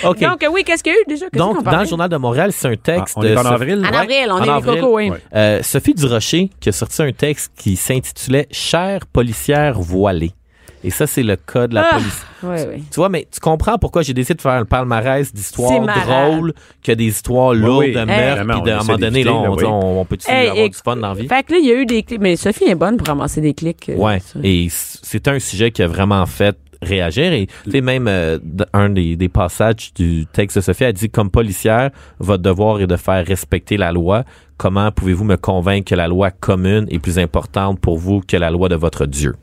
OK.
Donc, euh, oui, qu'est-ce qu'il y a eu déjà? Qu'est-ce qu'on
Donc, dans le
parlait?
Journal de Montréal, c'est un texte.
Ah, on est
de
en
Sophie-
avril?
En
Ouais,
avril, on
en
est les
avril.
cocos, oui.
Ouais.
Euh, Sophie Durocher qui a sorti un texte qui s'intitulait Chère policière voilée. Et ça, c'est le cas de la
Ah.
police.
Oui, oui.
Tu vois, mais tu comprends pourquoi j'ai décidé de faire un palmarès d'histoires
C'est malade.
drôles que des histoires lourdes
oui,
de meurtre.
évidemment,
Puis de-
on
à un
essaie
moment donné,
d'éviter,
là,
là,
on,
oui.
on, on peut-tu
Hey,
avoir
et-
du fun dans la vie?
Fait que là, il y a eu des clics. Mais Sophie est bonne pour ramasser des clics. euh,
Ouais.
ça.
Et c- c'est un sujet qui a vraiment fait réagir. Et tu sais, même euh, d- un des, des passages du texte de Sophie a dit comme policière, votre devoir est de faire respecter la loi. Comment pouvez-vous me convaincre que la loi commune est plus importante pour vous que la loi de votre Dieu?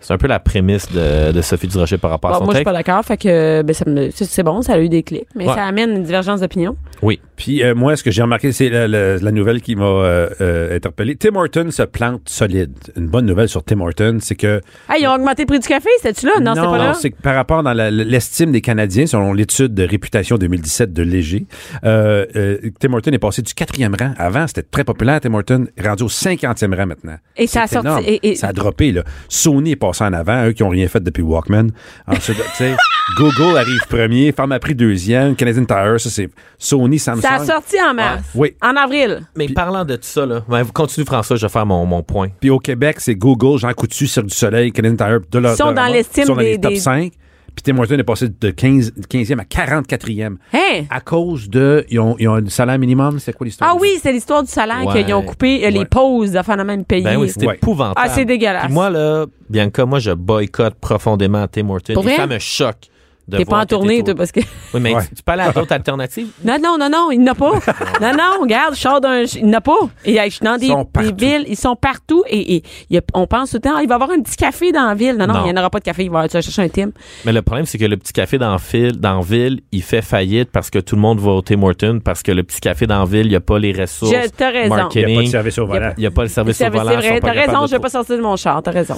C'est un peu la prémisse de, de Sophie Durocher par rapport à
Bon,
son
Bah, moi, je suis
texte.
pas d'accord. Fait que euh, ben, ça me- c'est c'est bon, ça a eu des clics, mais
Ouais.
ça amène une divergence d'opinion.
Oui.
Puis euh, moi, ce que j'ai remarqué, c'est la, la- la nouvelle qui m'a euh, euh, interpellé. Tim Horton se plante solide. Une bonne nouvelle sur Tim Horton, c'est que
Hey, ils ont augmenté le prix du café, c'était-tu là? Ah, Non, c'est pas là.
c'est que par rapport dans la- l'estime des Canadiens, selon l'étude de réputation 2017 de Léger, euh, euh, Tim Horton est passé du quatrième rang. Avant, c'était très populaire, Tim Horton, rendu au cinquantième rang maintenant.
Et ça a
C'est
sorti-
énorme.
et- et-
Ça a droppé, là. Sony est passé en avant, eux qui n'ont rien fait depuis Walkman. Ensuite, tu sais, Google arrive premier, Pharmaprix deuxième, Canadian Tire, ça c'est Sony, Samsung.
Ça a sorti en mars.
Ouais. Oui.
En avril.
Mais parlant de tout ça, là, ben, continue François, je vais faire mon, mon point.
Puis au Québec, c'est Google, Jean Coutu, Cirque du Soleil, Canadian Tire, de
Ils sont dans l'estime
sont dans
des-
les top
des-
5. Puis Tim Horton est passé de 15, 15e à 44e.
Hein?
À cause de. Ils ont, ils ont un salaire minimum, c'est quoi l'histoire?
Ah oui, c'est l'histoire du salaire
Ouais.
qu'ils ont coupé euh, les
Ouais.
pauses d'affaires dans le même pays.
Ben oui, c'était
Ouais.
épouvantable.
Ah, c'est dégueulasse.
Puis moi, là, Bianca, moi, je boycotte profondément Tim Hortons.
Pour
Et
vrai?
ça me choque de
T'es
voir
pas en
que
tournée,
au-
toi, parce que.
Oui, mais
Ouais.
tu, tu peux aller à d'autres alternatives.
Non, non, non, non, il n'y en a pas. non, non, regarde, je sors d'un. Il n'y en a pas. Et, euh, je suis dans des,
sont partout.
des villes, ils sont partout et, et il y a- on pense tout le temps, ah, il va y avoir un petit café dans la ville. Non, non,
Non.
il n'y en aura pas de café. Il va, tu vas chercher un thème.
Mais le problème, c'est que le petit café dans, fil, dans ville, il fait faillite parce que tout le monde va au Tim Hortons, parce que le petit café dans ville, il n'y a pas les ressources.
Je- t'as raison.
Il n'y a pas de
marketing,
service au volant.
il n'y a pas le service
C'est
au
c'est
volant. ils
vrai,
sont
t'as
pas capables
raison,
de
je vais pas sortir de mon char, t'as raison.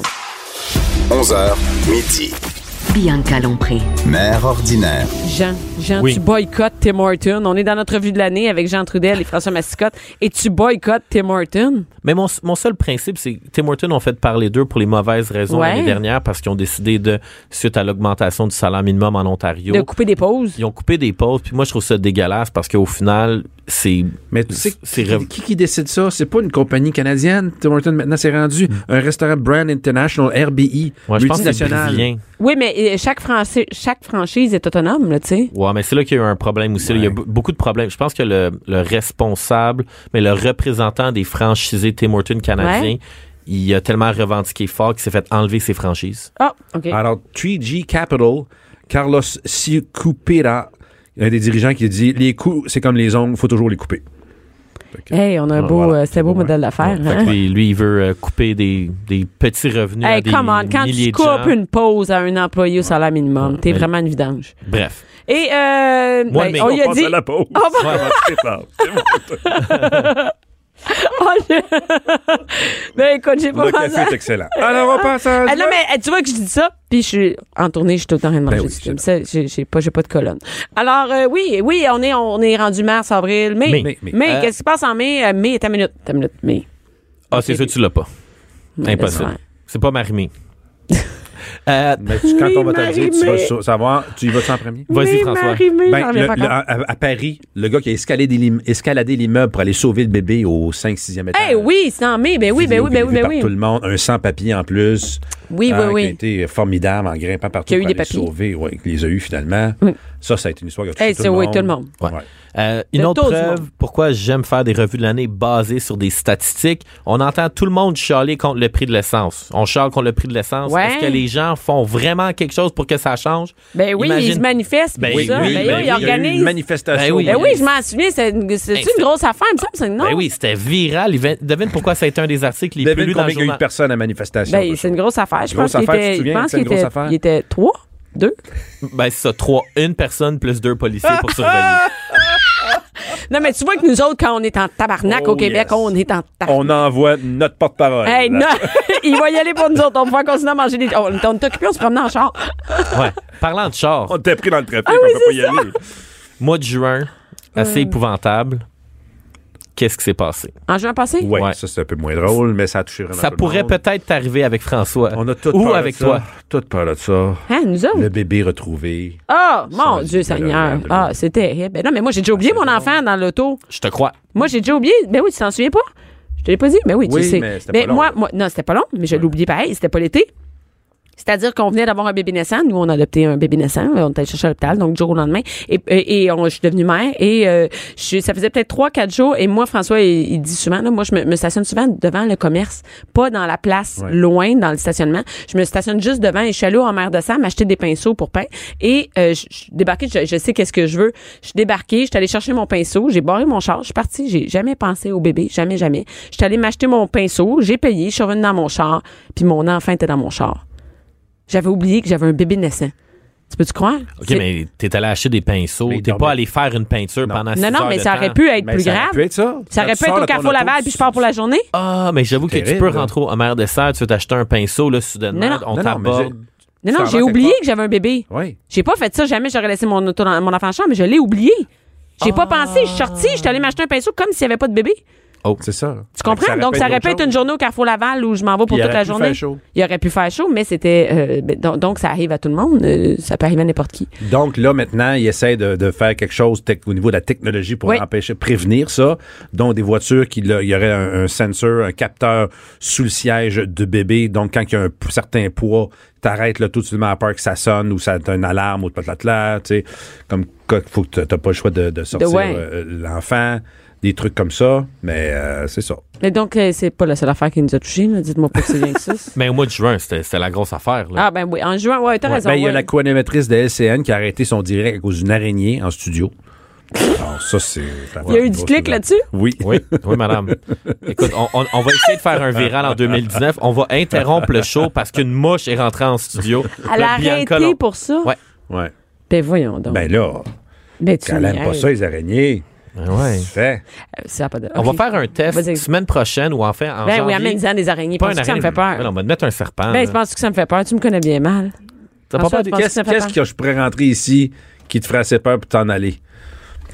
11h, midi.
Bianca Lompré.
Mère ordinaire.
Jean, Jean,
Oui.
tu boycottes Tim Horton. On est dans notre revue de l'année avec Jean Trudel et François Massicotte et tu boycottes Tim Horton.
Mais mon, mon seul principe, c'est que Tim Hortons ont fait parler d'eux pour les mauvaises raisons
Ouais.
l'année dernière parce qu'ils ont décidé de, suite à l'augmentation du salaire minimum en Ontario,
De couper des pauses.
ils ont coupé des pauses. Puis moi, je trouve ça dégueulasse parce qu'au final, c'est...
Mais tu sais,
C'est
qui,
rev-
qui qui décide ça? C'est pas une compagnie canadienne. Tim Hortons, maintenant, c'est rendu un restaurant Brand International, RBI,
Moi, je pense que c'est
multinational.
brésilien.
Oui, mais euh, chaque, français, chaque franchise est autonome, là, tu sais.
Ouais, mais c'est là qu'il y a eu un problème aussi. là. Il y a be- beaucoup de problèmes. Je pense que le, le responsable, mais le représentant des franchisés Tim Hortons canadiens,
Ouais.
il a tellement revendiqué fort qu'il s'est fait enlever ses franchises.
Ah, OK.
Alors, 3G Capital, Carlos Sicupeira, un des dirigeants qui dit Les coups, c'est comme les ongles, faut toujours les couper.
Hey,
Ah,
on a un beau,
Voilà.
euh, c'est un beau
Ouais.
modèle d'affaires.
Fait que
hein?
lui, lui, il veut euh, couper des, des petits revenus à
Hey,
des
come on, quand
milliers
tu
de
coupes
gens.
une pause à un employé au salaire minimum, t'es
Ouais.
vraiment une vidange.
Bref.
Et euh,
Moi,
ben,
mais
on
on
lui a
passe
dit,
à la pause.
Ouais, ouais.
Oh, je- ben écoute, j'ai pas
Le
pensé.
café est excellent. Alors, on passe à.
Ah, non, mais eh, tu vois que je dis ça, puis je suis en tournée, je suis tout le temps en train de manger.
Ben oui,
C'est comme ça, j'ai j'ai pas, j'ai pas de colonne. Alors, euh, oui, oui, on est, on est rendu mars, avril, mai.
Mai.
Mais,
Mais- mais-
Euh,
qu'est-ce qui se passe en mai? Euh, mai, ta minute, ta minute, mai.
Ah, c'est sûr, tu l'as pas.
Mais laisse
Impossible.
faire.
C'est pas marimé. euh,
Mais tu- quand on va te le dire, tu vas
Marie-Mé.
sa- savoir, tu y vas en premier?
Vas-y,
Mai,
François.
Marie, mai,
Ben,
j'en
le-
reviens pas
le-
encore.
à, à Paris, le gars qui a escaladé l'im- escaladé l'immeuble pour aller sauver le bébé au 5-6e étage.
Eh oui, c'est en mai, ben oui, ben
Vidéo
oui, ben
qui
oui,
est vue
ben
par
oui.
tout le monde, un sans-papier en plus.
Oui,
hein,
oui, oui.
Qui a été formidable en grimpant partout
Qui a eu
pour
des
aller
papiers.
sauver, ouais, qui les a eu finalement.
Oui.
Ça, ça a été une histoire qui a touché
Hey,
tout,
c'est
le
oui,
monde.
tout le monde.
Ouais. Euh, une
Le
autre
tour du monde.
preuve pourquoi j'aime faire des revues de l'année basées sur des statistiques. On entend tout le monde chialer contre le prix de l'essence. On chiale contre le prix de l'essence.
Ouais.
Est-ce que les gens font vraiment quelque chose pour que ça change?
Ben oui,
Imagine-
ils se manifestent,
Ben
ben
oui,
ça. ben,
oui, ben
oui,
oui,
ils
Il y a eu une
organisent.
manifestation.
Ben oui.
Ben oui, je m'en souviens. C'est une, c'est-
Ben,
Hey,
c'est une
c'est-
grosse affaire, il me semble. c'est- Non?
Ben oui, c'était viral. Ive- Devine pourquoi ça a été un des articles les plus
Devine
lus dans le
combien il y a eu de
journal.
personnes à la manifestation.
Ben, c'est une grosse affaire. Je
Grosse
pense qu'il
affaire, tu te
était, je
souviens,
pense
c'est une
qu'il
grosse
était,
affaire?
il était trois, deux.
Ben, c'est ça, trois. Une personne plus deux policiers pour surveiller.
Non, mais tu vois que nous autres, quand on est en tabarnak
Oh,
au Québec,
yes.
on est en tabarnak.
On envoie notre porte-parole.
Hey, non! il va y aller pour nous autres. On va continuer à manger des. Oh, On, on est occupé, on se promenait en char.
Ouais. Parlant de char,
On t'a pris dans le
Ah
trafic, on peut pas y aller.
mois de juin,
Euh.
assez épouvantable. Qu'est-ce qui s'est passé?
En juin passé?
Ouais,
Ouais.
ça c'est un peu moins drôle, mais ça a touché vraiment
Ça
tout le
pourrait
monde.
peut-être t'arriver avec François.
On a tout
Ou avec toi.
Tout parle de ça.
Hein, nous autres?
Le bébé retrouvé.
Ah,
va
mon Dieu
être
Seigneur.
malheureux.
Ah, c'est terrible. Ben non, mais moi, j'ai déjà oublié mon enfant dans l'auto.
Je te crois.
Moi, j'ai déjà oublié. Ben oui, tu t'en souviens pas? Je te l'ai pas dit. Ben oui, tu
Oui,
sais.
mais c'était pas
moi,
long, là.
moi, non, c'était pas long, mais je l'ai oublié pareil. C'était pas l'été. C'est-à-dire qu'on venait d'avoir un bébé naissant. Nous, on a adopté un bébé naissant. Euh, On était allé chercher à l'hôpital, donc du jour au lendemain. Et, et, et on- je suis devenue mère. Et euh, je suis- ça faisait peut-être trois, quatre jours. Et moi, François, il, il dit souvent, là, moi, je me, me stationne souvent devant le commerce, pas dans la place,
Ouais.
loin dans le stationnement. Je me stationne juste devant et je suis allée en mer de sang m'acheter des pinceaux pour pain. Et euh, je je suis débarquée, je, je sais qu'est-ce que je veux. Je suis débarquée, je suis allée chercher mon pinceau, j'ai barré mon char, je suis partie, j'ai jamais pensé au bébé, jamais, jamais. Je suis allée m'acheter mon pinceau, j'ai payé, je suis revenue dans mon char, puis mon enfant était dans mon char. J'avais oublié que j'avais un bébé naissant. Tu peux-tu croire?
OK,
C'est-
mais t'es allé acheter des pinceaux.
Mais
T'es
non,
pas
mais-
allé faire une peinture pendant six
non, non,
heures
mais
de
ça
temps.
aurait pu être
Mais
plus
ça
grave.
aurait pu être ça.
Ça aurait
Quand tu
pu être
sors
au
de ton
Carrefour
auto,
Laval, puis je pars pour la journée.
Ah, mais j'avoue que tu
terrible,
peux
là.
rentrer au mer de serre, tu veux t'acheter un pinceau, là, soudainement,
Non, non.
on
Non, non, mais
t'aborde.
Non,
Ça
non,
va
j'ai
quelque
oublié
part.
que j'avais un bébé.
je- Oui.
J'ai pas fait ça, jamais j'aurais laissé mon auto dans- mon enfant en chambre, mais je l'ai oublié. J'ai pas pensé, je suis sortie, je suis allée m'acheter un pinceau comme s'il n'y avait pas de bébé.
C'est ça.
Oh. Tu comprends? Donc, ça aurait pu être une journée au Carrefour Laval où je m'en vais pour
Il
toute
aurait
la
pu faire
journée.
chaud.
Il aurait pu faire chaud, mais c'était. euh, ben, donc, donc, ça arrive à tout le monde. euh, ça peut arriver à n'importe qui.
Donc là, maintenant, ils essaient de, de faire quelque chose tec- au niveau de la technologie pour
Oui.
empêcher, prévenir ça, dont des voitures qui là, il y aurait un, un sensor, un capteur sous le siège du bébé. Donc, quand il y a un p- certain poids, t'arrêtes là tout de suite à parc, ça sonne ou ça t'as une alarme ou de patatla, tu sais, comme quoi, faut que t'a- t'as pas le choix de, de sortir
ouais.
euh, l'enfant. des trucs comme ça, mais euh, c'est ça.
Mais donc, euh, c'est pas la seule affaire qui nous a touchés. là. Dites-moi pas que c'est rien que ça.
Mais au mois de juin, c'était c'était la grosse affaire. Là.
Ah, ben oui. En juin, ouais, t'as
Ouais.
raison.
Ben, il y a
ouais.
la co-animatrice de LCN qui a arrêté son direct à cause d'une araignée en studio. Alors, ça, c'est.
Il y a eu du clic là-dessus?
Oui.
Oui, oui, madame. Écoute, on, on- on va essayer de faire un viral en 2019. On va interrompre le show parce qu'une mouche est rentrée en studio.
Elle
Là,
a
Bianca,
arrêté
là-
pour ça?
Ouais.
Ouais.
Ben voyons donc.
Ben là,
Ben, tu
quand elle aime pas
niaises.
ça, les araignées,
Ouais.
fait.
Euh, Ça a pas de...
On
Ok.
va faire un test
Vas-y.
semaine prochaine ou en fait en
Ben oui,
janvier.
amène-en des araignées.
Pas
Pas
un
que ça me
araignée.
fait peur.
Ben non, on va te mettre un serpent.
Ben,
là.
je pense que ça me fait peur. Tu me connais bien mal.
T'as
en
pas
soi, je
peur de
pense que
qu'est-ce
ça fait
Qu'est-ce que je pourrais rentrer ici qui te ferait assez peur pour t'en aller?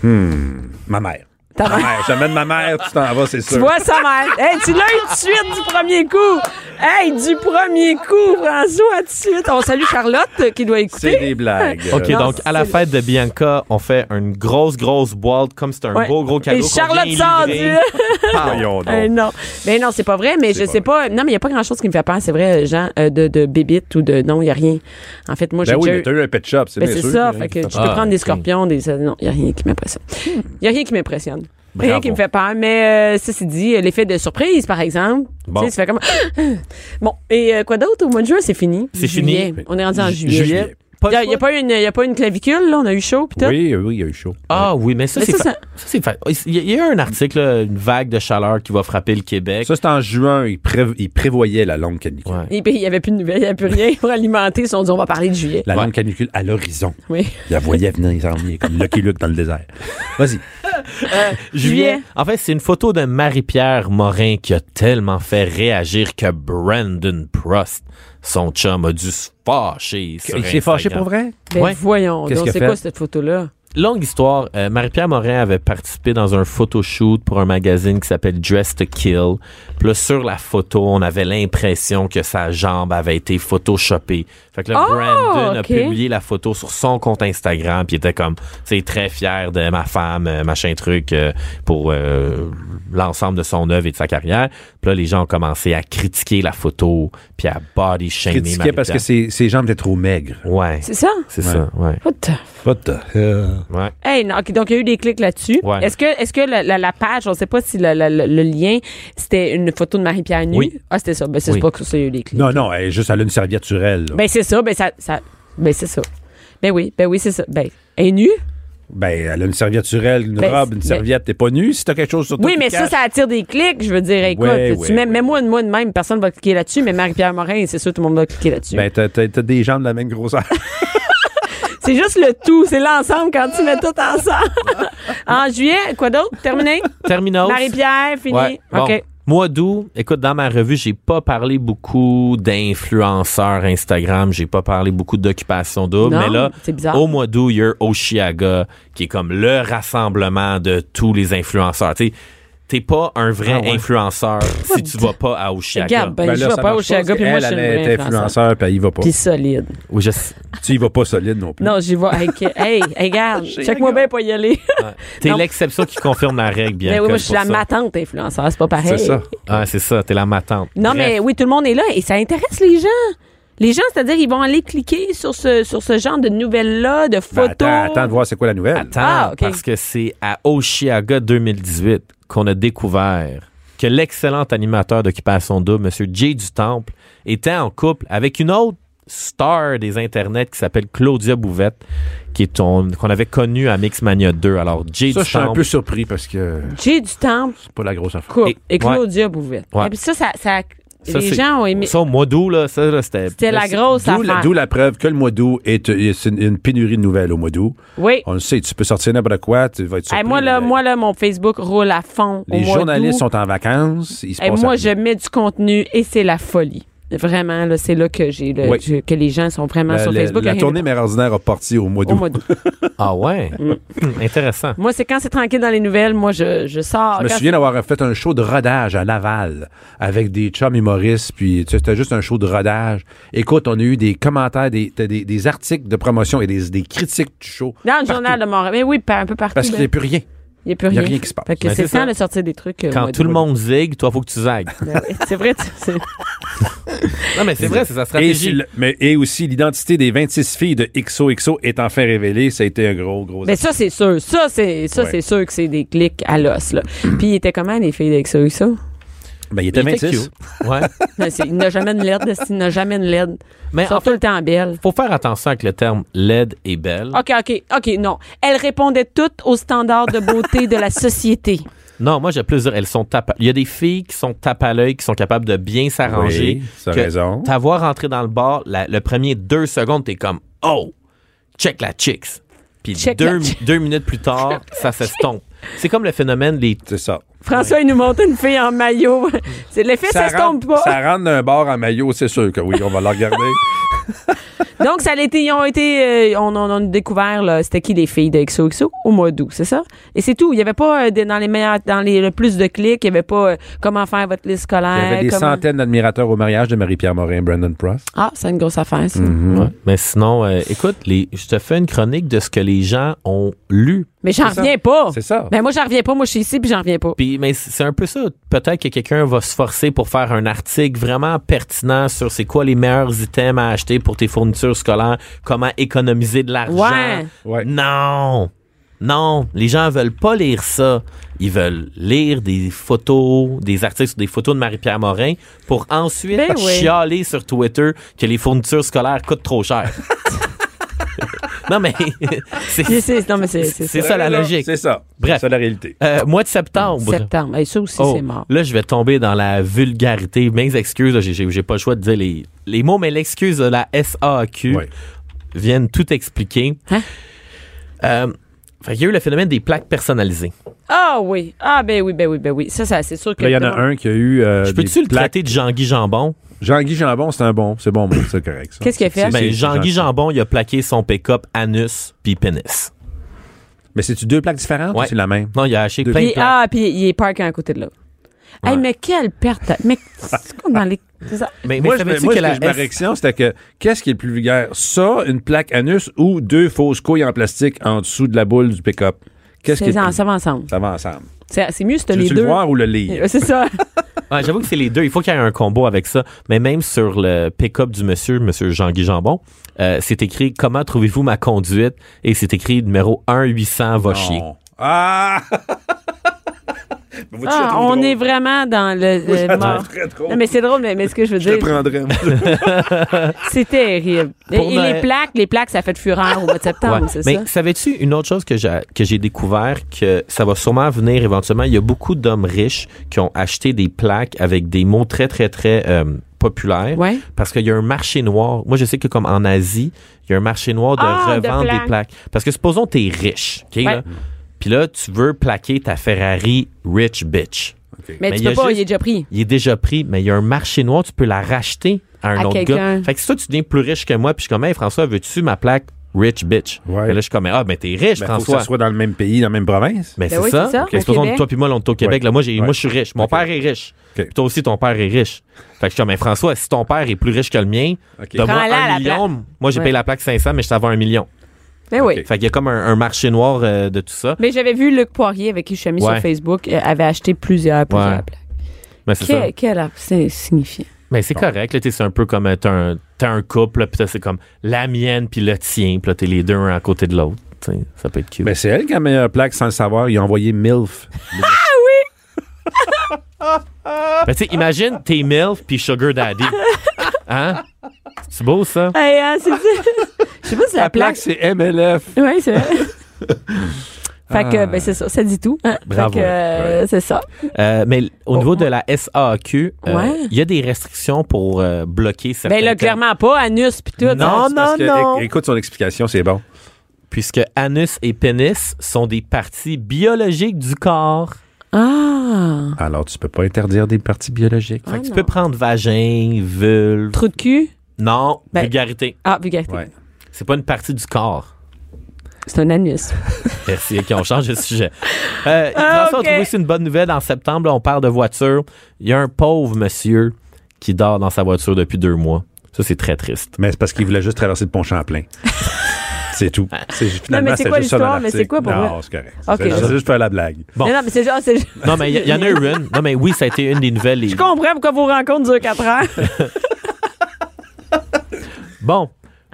Hmm. Ma mère.
Ta
Ma
mère.
mère. J'amène ma mère, tu t'en vas, c'est
Tu
sûr.
vois ça, mère? Hey, tu l'as eu tout de suite du premier coup! Hey, du premier coup, François, tout de suite! On salue Charlotte euh, qui doit
C'est
écouter.
des blagues.
OK,
Non,
donc à la
c'est-
fête de Bianca, on fait une grosse, grosse boîte comme c'est un
Ouais.
beau, gros cadeau.
Et
qu'on
Charlotte
vient
sort
livrer. Ah,
du-
Voyons donc.
Euh, non. Mais non, c'est pas vrai, mais je
pas
sais pas. Non, mais il n'y a pas grand-chose qui me fait peur, c'est vrai, Jean, euh, de, de bébite ou de. Non, il n'y a rien. En fait, moi, j'ai
Ben oui,
déjà
mais
eu-
t'as eu un pet shop, c'est
Ben,
bien
c'est
sûr.
ça,
Il y a
fait
rien
que
qui
je
te
peux
Ah,
prendre des
ok.
scorpions, des... euh, Non, il n'y a rien qui m'impressionne. Il n'y a rien qui m'impressionne.
Bravo.
Rien qui me fait peur, mais euh, ceci dit, euh, l'effet de surprise, par exemple,
Bon.
tu sais, tu fais comme... bon, et euh, quoi d'autre? Au mois de juin, c'est fini.
C'est
Juillet.
fini.
On est rendu en
Ju-
juillet.
juillet.
Il n'y a, il
de
y a
choix.
pas une- il y a pas une clavicule, là, on a eu chaud, pis tout.
Oui, oui, il y a eu chaud.
Ah oui, mais ça,
Mais
c'est
ça,
fa-
ça-
ça, c'est fa- oh, Il y a- il y a eu un article, là, une vague de chaleur qui va frapper le Québec.
Ça, c'est en juin. Il, prév- il prévoyait la longue canicule.
Ouais.
Et puis, il n'y avait plus de nouvelles, il n'y avait plus rien pour alimenter. Ils se sont dit, on va parler de juillet.
La
Ouais.
longue canicule à l'horizon.
Oui.
Il la voyait venir, il s'en venait, comme Lucky Luke dans le désert. Vas-y.
Juillet. En fait, c'est une photo de Marie-Pierre Morin qui a tellement fait réagir que Brandon Prost, son chum, a dû se fâcher. sur
Il s'est fâché
Instagram.
pour vrai?
Ben,
Ouais.
voyons.
Qu'est-ce
Donc,
qu'il a
c'est
fait?
quoi cette photo-là?
Longue histoire, euh, Marie-Pierre Morin avait participé dans un photoshoot pour un magazine qui s'appelle Dress to Kill. Puis là, sur la photo, on avait l'impression que sa jambe avait été photoshopée. Fait que là,
Oh, ok.
Brandon a publié la photo sur son compte Instagram, puis il était comme, c'est très fier de ma femme, euh, machin truc, euh, pour euh, l'ensemble de son œuvre et de sa carrière. Puis là, les gens ont commencé à critiquer la photo, puis à body shamer
Critiquait parce que
Marie-Pierre.
ses, ses jambes étaient trop maigres.
Ouais,
C'est ça?
c'est ça, ouais,
What the-
What the hell?
ouais.
Hey, non, ok, donc il y a eu des clics là-dessus.
Ouais.
Est-ce que, est-ce que la, la- la page, on ne sait pas si la- la- la- le lien, c'était une photo de Marie-Pierre nue?
Oui.
Ah, c'était ça. Ben, c'est
Oui.
pas que ça, il y a eu des clics.
Non, non, elle, juste elle a une serviette sur elle. là. Ben,
Ben, c'est ça. Ben, ça, ça- ben, c'est ça. Ben oui, ben oui, c'est ça. Ben, elle est nue?
Ben, elle a une serviette sur elle, une
Ben,
robe,
c'est-
une
mais-
serviette. T'es pas nu si t'as quelque chose sur toi.
Oui,
qui
mais
te
ça,
cache.
ça attire des clics. Je veux dire, écoute,
Ouais,
tu
ouais,
mets-
ouais.
mets-moi une moi de même, personne va cliquer là-dessus, mais Marie-Pierre Morin, c'est sûr, tout le monde va cliquer là-dessus.
Ben, t'as- t'as t'as des jambes de la même grosseur.
C'est juste le tout, c'est l'ensemble quand tu mets tout ensemble. en juillet, quoi d'autre? Terminé?
Terminos.
Marie-Pierre, fini?
Ouais, bon.
OK.
Moi d'août, écoute, dans ma revue, j'ai pas parlé beaucoup d'influenceurs Instagram, j'ai pas parlé beaucoup d'occupation double,
Non,
mais là,
c'est bizarre.
au mois d'août, il y a Oshiaga, qui est comme le rassemblement de tous les influenceurs. Tu sais, t'es pas un vrai
Ah ouais.
influenceur si tu vas pas à Oshiaga.
Regarde, ben, je
là,
vais pas
ça marche
au Chiaga,
parce
puis moi,
qu'elle,
je suis une
elle
vraie
est influenceur, puis il va pas.
Puis solide.
Oui, je sais.
Tu y vas pas solide non plus.
Non, j'y vais. avec- hey, regarde, check-moi bien pas y aller.
T'es
Non.
l'exception qui confirme la règle, bien
Mais oui, moi, je suis la
ça.
matante influenceur, c'est pas pareil.
C'est ça.
Ah, c'est ça, t'es la matante.
Non,
Bref.
mais oui, tout le monde est là et ça intéresse les gens. Les gens, c'est-à-dire, ils vont aller cliquer sur ce, sur ce genre de nouvelles-là, de
Ben,
photos.
attends, attends de voir c'est quoi la nouvelle.
Attends,
Ah, ok.
parce que c'est à Oshiaga 2018 qu'on a découvert que l'excellent animateur d'Occupation Double, M. Jay du Temple, était en couple avec une autre star des internets qui s'appelle Claudia Bouvette, qui est ton- qu'on avait connue à Mixmania 2. Alors, Jay
Ça, je
du
suis un
Temple,
peu surpris parce que
J'ai du temps,
c'est pas la grosse affaire.
couple.
Et-
Et, Claudia Bouvet.
Ouais.
Et puis ça, ça, ça-
Ça,
les
c'est-
gens ont aimé.
ça, au mois d'août, là, ça, là, c'était...
C'était la grosse
D'où la,
affaire.
d'où la preuve que le mois d'août est, est une, une pénurie de nouvelles au mois d'août.
Oui.
On le sait, tu peux sortir n'importe quoi, tu vas être surpris.
Hey, moi, là,
mais
moi, là, mon Facebook roule à fond. au
les
mois
journalistes
d'août.
sont en vacances, ils se
Hey,
passent
moi,
à-
je mets du contenu et c'est la folie. Vraiment, là, c'est là que j'ai le-
Oui.
je- que les gens sont vraiment
la,
Hein, sur
la-
Facebook.
la
à rien
tournée mère ordinaire a parti au mois
au
d'août.
mois d'août.
Ah ouais? Hum, Intéressant.
Moi, c'est quand c'est tranquille dans les nouvelles, moi, je, je sors.
Je me
Quand-
souviens d'avoir fait un show de rodage à Laval avec des chums humoristes, puis tu sais, c'était juste un show de rodage. Écoute, on a eu des commentaires, des, des, des articles de promotion et des, des critiques du show.
Dans le journal de Montréal. Mais oui, pa- un peu partout.
Parce qu'il n'y a
ben,
plus rien.
il n'y a plus
il y
rien.
a rien qui se passe.
Fait que
Ben,
c'est le
c'est
temps
ça.
de sortir des trucs. euh, au
Quand
mois
tout le
d'août.
monde zigue, toi, faut que tu zagues.
Ben oui, C'est vrai. tu- c'est-
Non, mais c'est vrai, c'est sa
Et,
stratégie.
si le- mais, et aussi, l'identité des 26 filles de XOXO est enfin révélée. Ça a été un gros, gros...
Mais ben, ça, c'est sûr. Ça, c'est ça
Ouais. Mm.
c'est sûr que c'est des clics à l'os. là. Puis il était comment, les filles avec ça ou ça?
Ben, il
Il
était
était
26.
cute. Ouais.
Non, c'est- Il n'a jamais de LED. de- Il n'a jamais de LED.
Mais
Ils sont
en
tout le temps belles.
Faut faire attention avec le terme laide et belle.
OK, OK, OK, non. Elles répondaient toutes aux standards de beauté de la société.
Non, moi, j'ai plus dire, elles sont tape Il y a des filles qui sont tape à l'œil, qui sont capables de bien s'arranger.
Oui, t'as
que
raison.
T'avoir rentré dans le bar, la- le premier deux secondes, t'es comme, oh, check la chicks. Puis
Check
deux,
la chi-
deux minutes plus tard, ça s'estompe. C'est comme le phénomène des.
C'est ça.
François, il nous montre une fille en maillot. C'est l'effet, ça, se tombe
rentre,
pas.
ça rentre d'un bar en maillot, c'est sûr que oui, on va le regarder.
Donc, ça a été, ils ont été, euh, on, on, on a découvert, là, c'était qui les filles de XOXO au mois d'août, c'est ça? Et c'est tout. Il n'y avait pas, euh, des- dans les meilleurs, dans les, le plus de clics, il n'y avait pas euh, comment faire votre liste
Il
scolaire.
y avait des
comment-
centaines d'admirateurs au mariage de Marie-Pierre Morin et Brandon Prost.
Ah, c'est une grosse affaire, ça.
Mm-hmm.
Ouais. Mais sinon, euh, écoute, les, je te fais une chronique de ce que les gens ont lu.
Mais j'en
ça.
reviens pas.
C'est ça.
Ben, moi, j'en reviens pas. Moi, je suis ici, puis j'en reviens pas.
Puis, mais c'est un peu ça. Peut-être que quelqu'un va se forcer pour faire un article vraiment pertinent sur c'est quoi les meilleurs items à acheter pour tes fournitures scolaires, comment économiser de l'argent.
Ouais.
Ouais.
Non. Non, les gens veulent pas lire ça. Ils veulent lire des photos, des articles sur des photos de Marie-Pierre Morin pour ensuite
Ben oui.
chialer sur Twitter que les fournitures scolaires coûtent trop cher. non, mais
C'est-
c'est
c'est- non, mais c'est, c'est
c'est
ça.
ça la
Là,
logique.
C'est ça.
Bref.
C'est ça la réalité.
Euh, mois de septembre.
Septembre. Et ça aussi,
Oh,
c'est mort.
Là, je vais tomber dans la vulgarité. Mes excuses, là, j'ai- j'ai j'ai pas le choix de dire les, les mots, mais l'excuse de la SAQ
Ouais.
viennent tout expliquer.
Hein?
Euh, fait qu'il y a eu le phénomène des plaques personnalisées.
Ah oui. Ah, ben oui, ben oui, ben oui. Ça, ça c'est sûr que.
Puis là, il y en a un qui a eu. euh,
Je
des
peux-tu le
plaques-
traiter de Jean-Guy Jambon?
Jean-Guy Jambon, c'est un bon. C'est bon, mot, c'est correct. ça.
Qu'est-ce qu'il a fait?
C'est-
Ben,
c'est gentil.
Jean-Guy Jambon, il a plaqué son pick-up anus puis pénis.
Mais c'est-tu deux plaques différentes
Ouais.
ou c'est la même?
Non, il a haché
Deux.
plein de
Puis,
plaques.
ah, puis il est parké à côté de l'autre. Hey,
Ouais.
mais quelle perte. à- Mais c'est quoi dans les. c'est ça?
Mais,
moi, je,
mais savais-tu
moi,
que
ce que
la
je- ma
S-
réaction, c'était que qu'est-ce qui est le plus vulgaire? Ça, une plaque anus ou deux fausses couilles en plastique en dessous de la boule du pick-up? Qu'est-ce qui est
C'est en-
le plus-
ça va ensemble.
Ça va ensemble.
C'est c'est mieux si t'as
Tu
les
veux
deux.
le voir ou le lire?
Euh, C'est ça.
Ouais, J'avoue que c'est les deux. Il faut qu'il y ait un combo avec ça. Mais même sur le pick-up du monsieur, monsieur Jean-Guy Jambon, euh, c'est écrit « Comment trouvez-vous ma conduite? » Et c'est écrit numéro 1-800 va chier.
Non. Ah! Mais vois-tu, je la
Ah,
trouve
on
drôle.
est vraiment dans le.
Moi, je
le
la
mort.
trouve très drôle.
Non, mais c'est drôle, mais, mais ce que je veux
Je le
dire,
prendrais. moi.
c'est terrible. Et,
Pour
et
Noël.
les plaques, les plaques, ça fait de fureur au mois de septembre,
Ouais.
c'est
Mais
ça?
savais-tu une autre chose que j'ai, que j'ai découvert que ça va sûrement venir éventuellement? Il y a beaucoup d'hommes riches qui ont acheté des plaques avec des mots très, très, très euh, populaires.
Ouais.
Parce qu'il y a un marché noir. Moi, je sais que comme en Asie, il y a un marché noir de
Ah, de
revendre
plaques.
des plaques. Parce que supposons que t'es riche, OK? là? Puis là, tu veux plaquer ta Ferrari Rich Bitch.
Mais,
Mais
tu
il y a
peux pas,
juste-
il est déjà pris.
Il est déjà pris, mais il y a un marché noir, tu peux la racheter à un
À
autre
quelqu'un.
gars. Fait que si toi, tu deviens plus riche que moi, puis je suis comme, hey, François, veux-tu ma plaque Rich Bitch?
Ouais.
Et là, je suis comme, ah, ben, t'es riche,
Ben, faut que
François.
ça soit dans le même pays, dans la même province.
Mais
Ben
c'est
oui,
ça.
c'est ça,
Fait que
au
supposons que
Québec.
toi puis moi, là, on est au Québec.
Ouais.
Là, moi, j'ai,
Ouais.
moi, je suis riche. Mon
Ok.
père est riche.
Ok.
Puis toi aussi, ton père est riche. Fait que je suis comme, mais François, si ton père est plus riche que le mien,
Ok.
donne-moi
Prends-la,
un
la
million. Moi, j'ai
Ouais.
payé la plaque 500, mais je t'avais un million.
Mais oui.
Fait qu'il y a comme un, un marché noir euh, de tout ça.
Mais j'avais vu Luc Poirier, avec qui je suis amie
Ouais.
sur Facebook, euh, avait acheté plusieurs, plusieurs
Ouais.
plaques.
Mais c'est ça.
Quel, quel ar- c'est signifiant.
Mais c'est correct. Là, t'es- c'est un peu comme euh, t'as un, t'as un couple, là, puis t'as- c'est comme la mienne puis le tien. Puis là, t'es les deux un à côté de l'autre. T'sais, Ça peut être cute.
Mais Ben, c'est elle qui a la meilleure plaque sans le savoir. Il a envoyé MILF. Ah
Mais tu sais, imagine, t'es MILF puis Sugar Daddy. Hein? C'est beau, ça?
Hey, hein, c'est ça. Je sais pas si la,
La plaque,
plaque.
c'est MLF.
Oui, c'est vrai. Fait que, ben, c'est ça, ça dit tout. hein.
Bravo.
Fait que, euh, c'est ça.
Euh, mais l- au
Oh.
niveau de la SAQ, euh, il
Ouais.
y a des restrictions pour euh, bloquer certains.
Ben là,
termes.
clairement pas, anus pis tout. hein.
Non,
C'est parce
non,
que-
non.
é- Écoute son explication, c'est bon.
Puisque anus et pénis sont des parties biologiques du corps.
Ah.
Alors, tu peux pas interdire des parties biologiques.
Fait que tu
non.
peux prendre vagin, vulve.
Trou de cul.
Non,
Ben-
vulgarité.
Ah, vulgarité.
Ouais.
C'est pas une partie du corps.
C'est un anus.
Merci, ok, on change de sujet. Euh,
Ah,
François,
ok.
on trouve aussi une bonne nouvelle. En septembre, là, on parle de voiture. Il y a un pauvre monsieur qui dort dans sa voiture depuis deux mois. Ça, c'est très triste.
Mais c'est parce qu'il voulait juste traverser le pont Champlain. c'est tout. C'est- finalement,
mais c'est quoi
juste ça dans
l'histoire? Mais c'est
l'article.
quoi pour
Non,
vrai?
c'est correct.
Ok.
C'est juste- c'est juste faire la blague.
Bon.
Non, non, mais c'est genre. c'est genre-
Non, mais il y, il y en a eu une. Non, mais oui, ça a été une des nouvelles.
Je comprends pourquoi vos rencontres durent 4 heures.
Bon.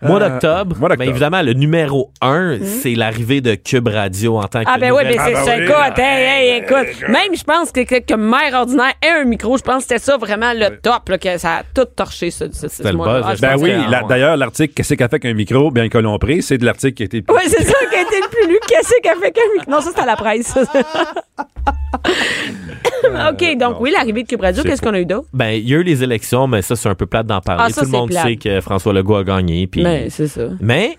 Mois
Euh,
d'octobre,
mois d'octobre.
mais évidemment, le numéro un, c'est l'arrivée de Cube Radio en tant que.
Mhm. Ah ben oui,
nouvelle-
mais c'est
Ah ben
ça.
oui.
Écoute, hey, hey, écoute. Même je pense que, que, que maire ordinaire et un micro, je pense que c'était ça vraiment le top, là, que ça a tout torché ce, ce, ce
le
mois-là.
buzz,
Ah,
là,
je
Ben
pense
oui,
que-
que-
la-
ouais.
d'ailleurs, l'article Qu'est-ce qu'elle fait qu'un micro, bien que l'on prie, c'est de l'article qui a été.
Oui, c'est ça qui a été le plus lu. Qu'est-ce qui a fait qu'un micro? Non, ça, c'est à la presse. ça.
Euh,
OK, donc oui, l'arrivée de Cube Radio, qu'est-ce qu'on a eu d'autre?
Ben, il y a eu les élections, mais ça, c'est un peu plate d'en parler.
Ah, ça,
Tout le
c'est
monde
plate.
sait que François Legault a gagné. Puis...
Ben, c'est ça.
Mais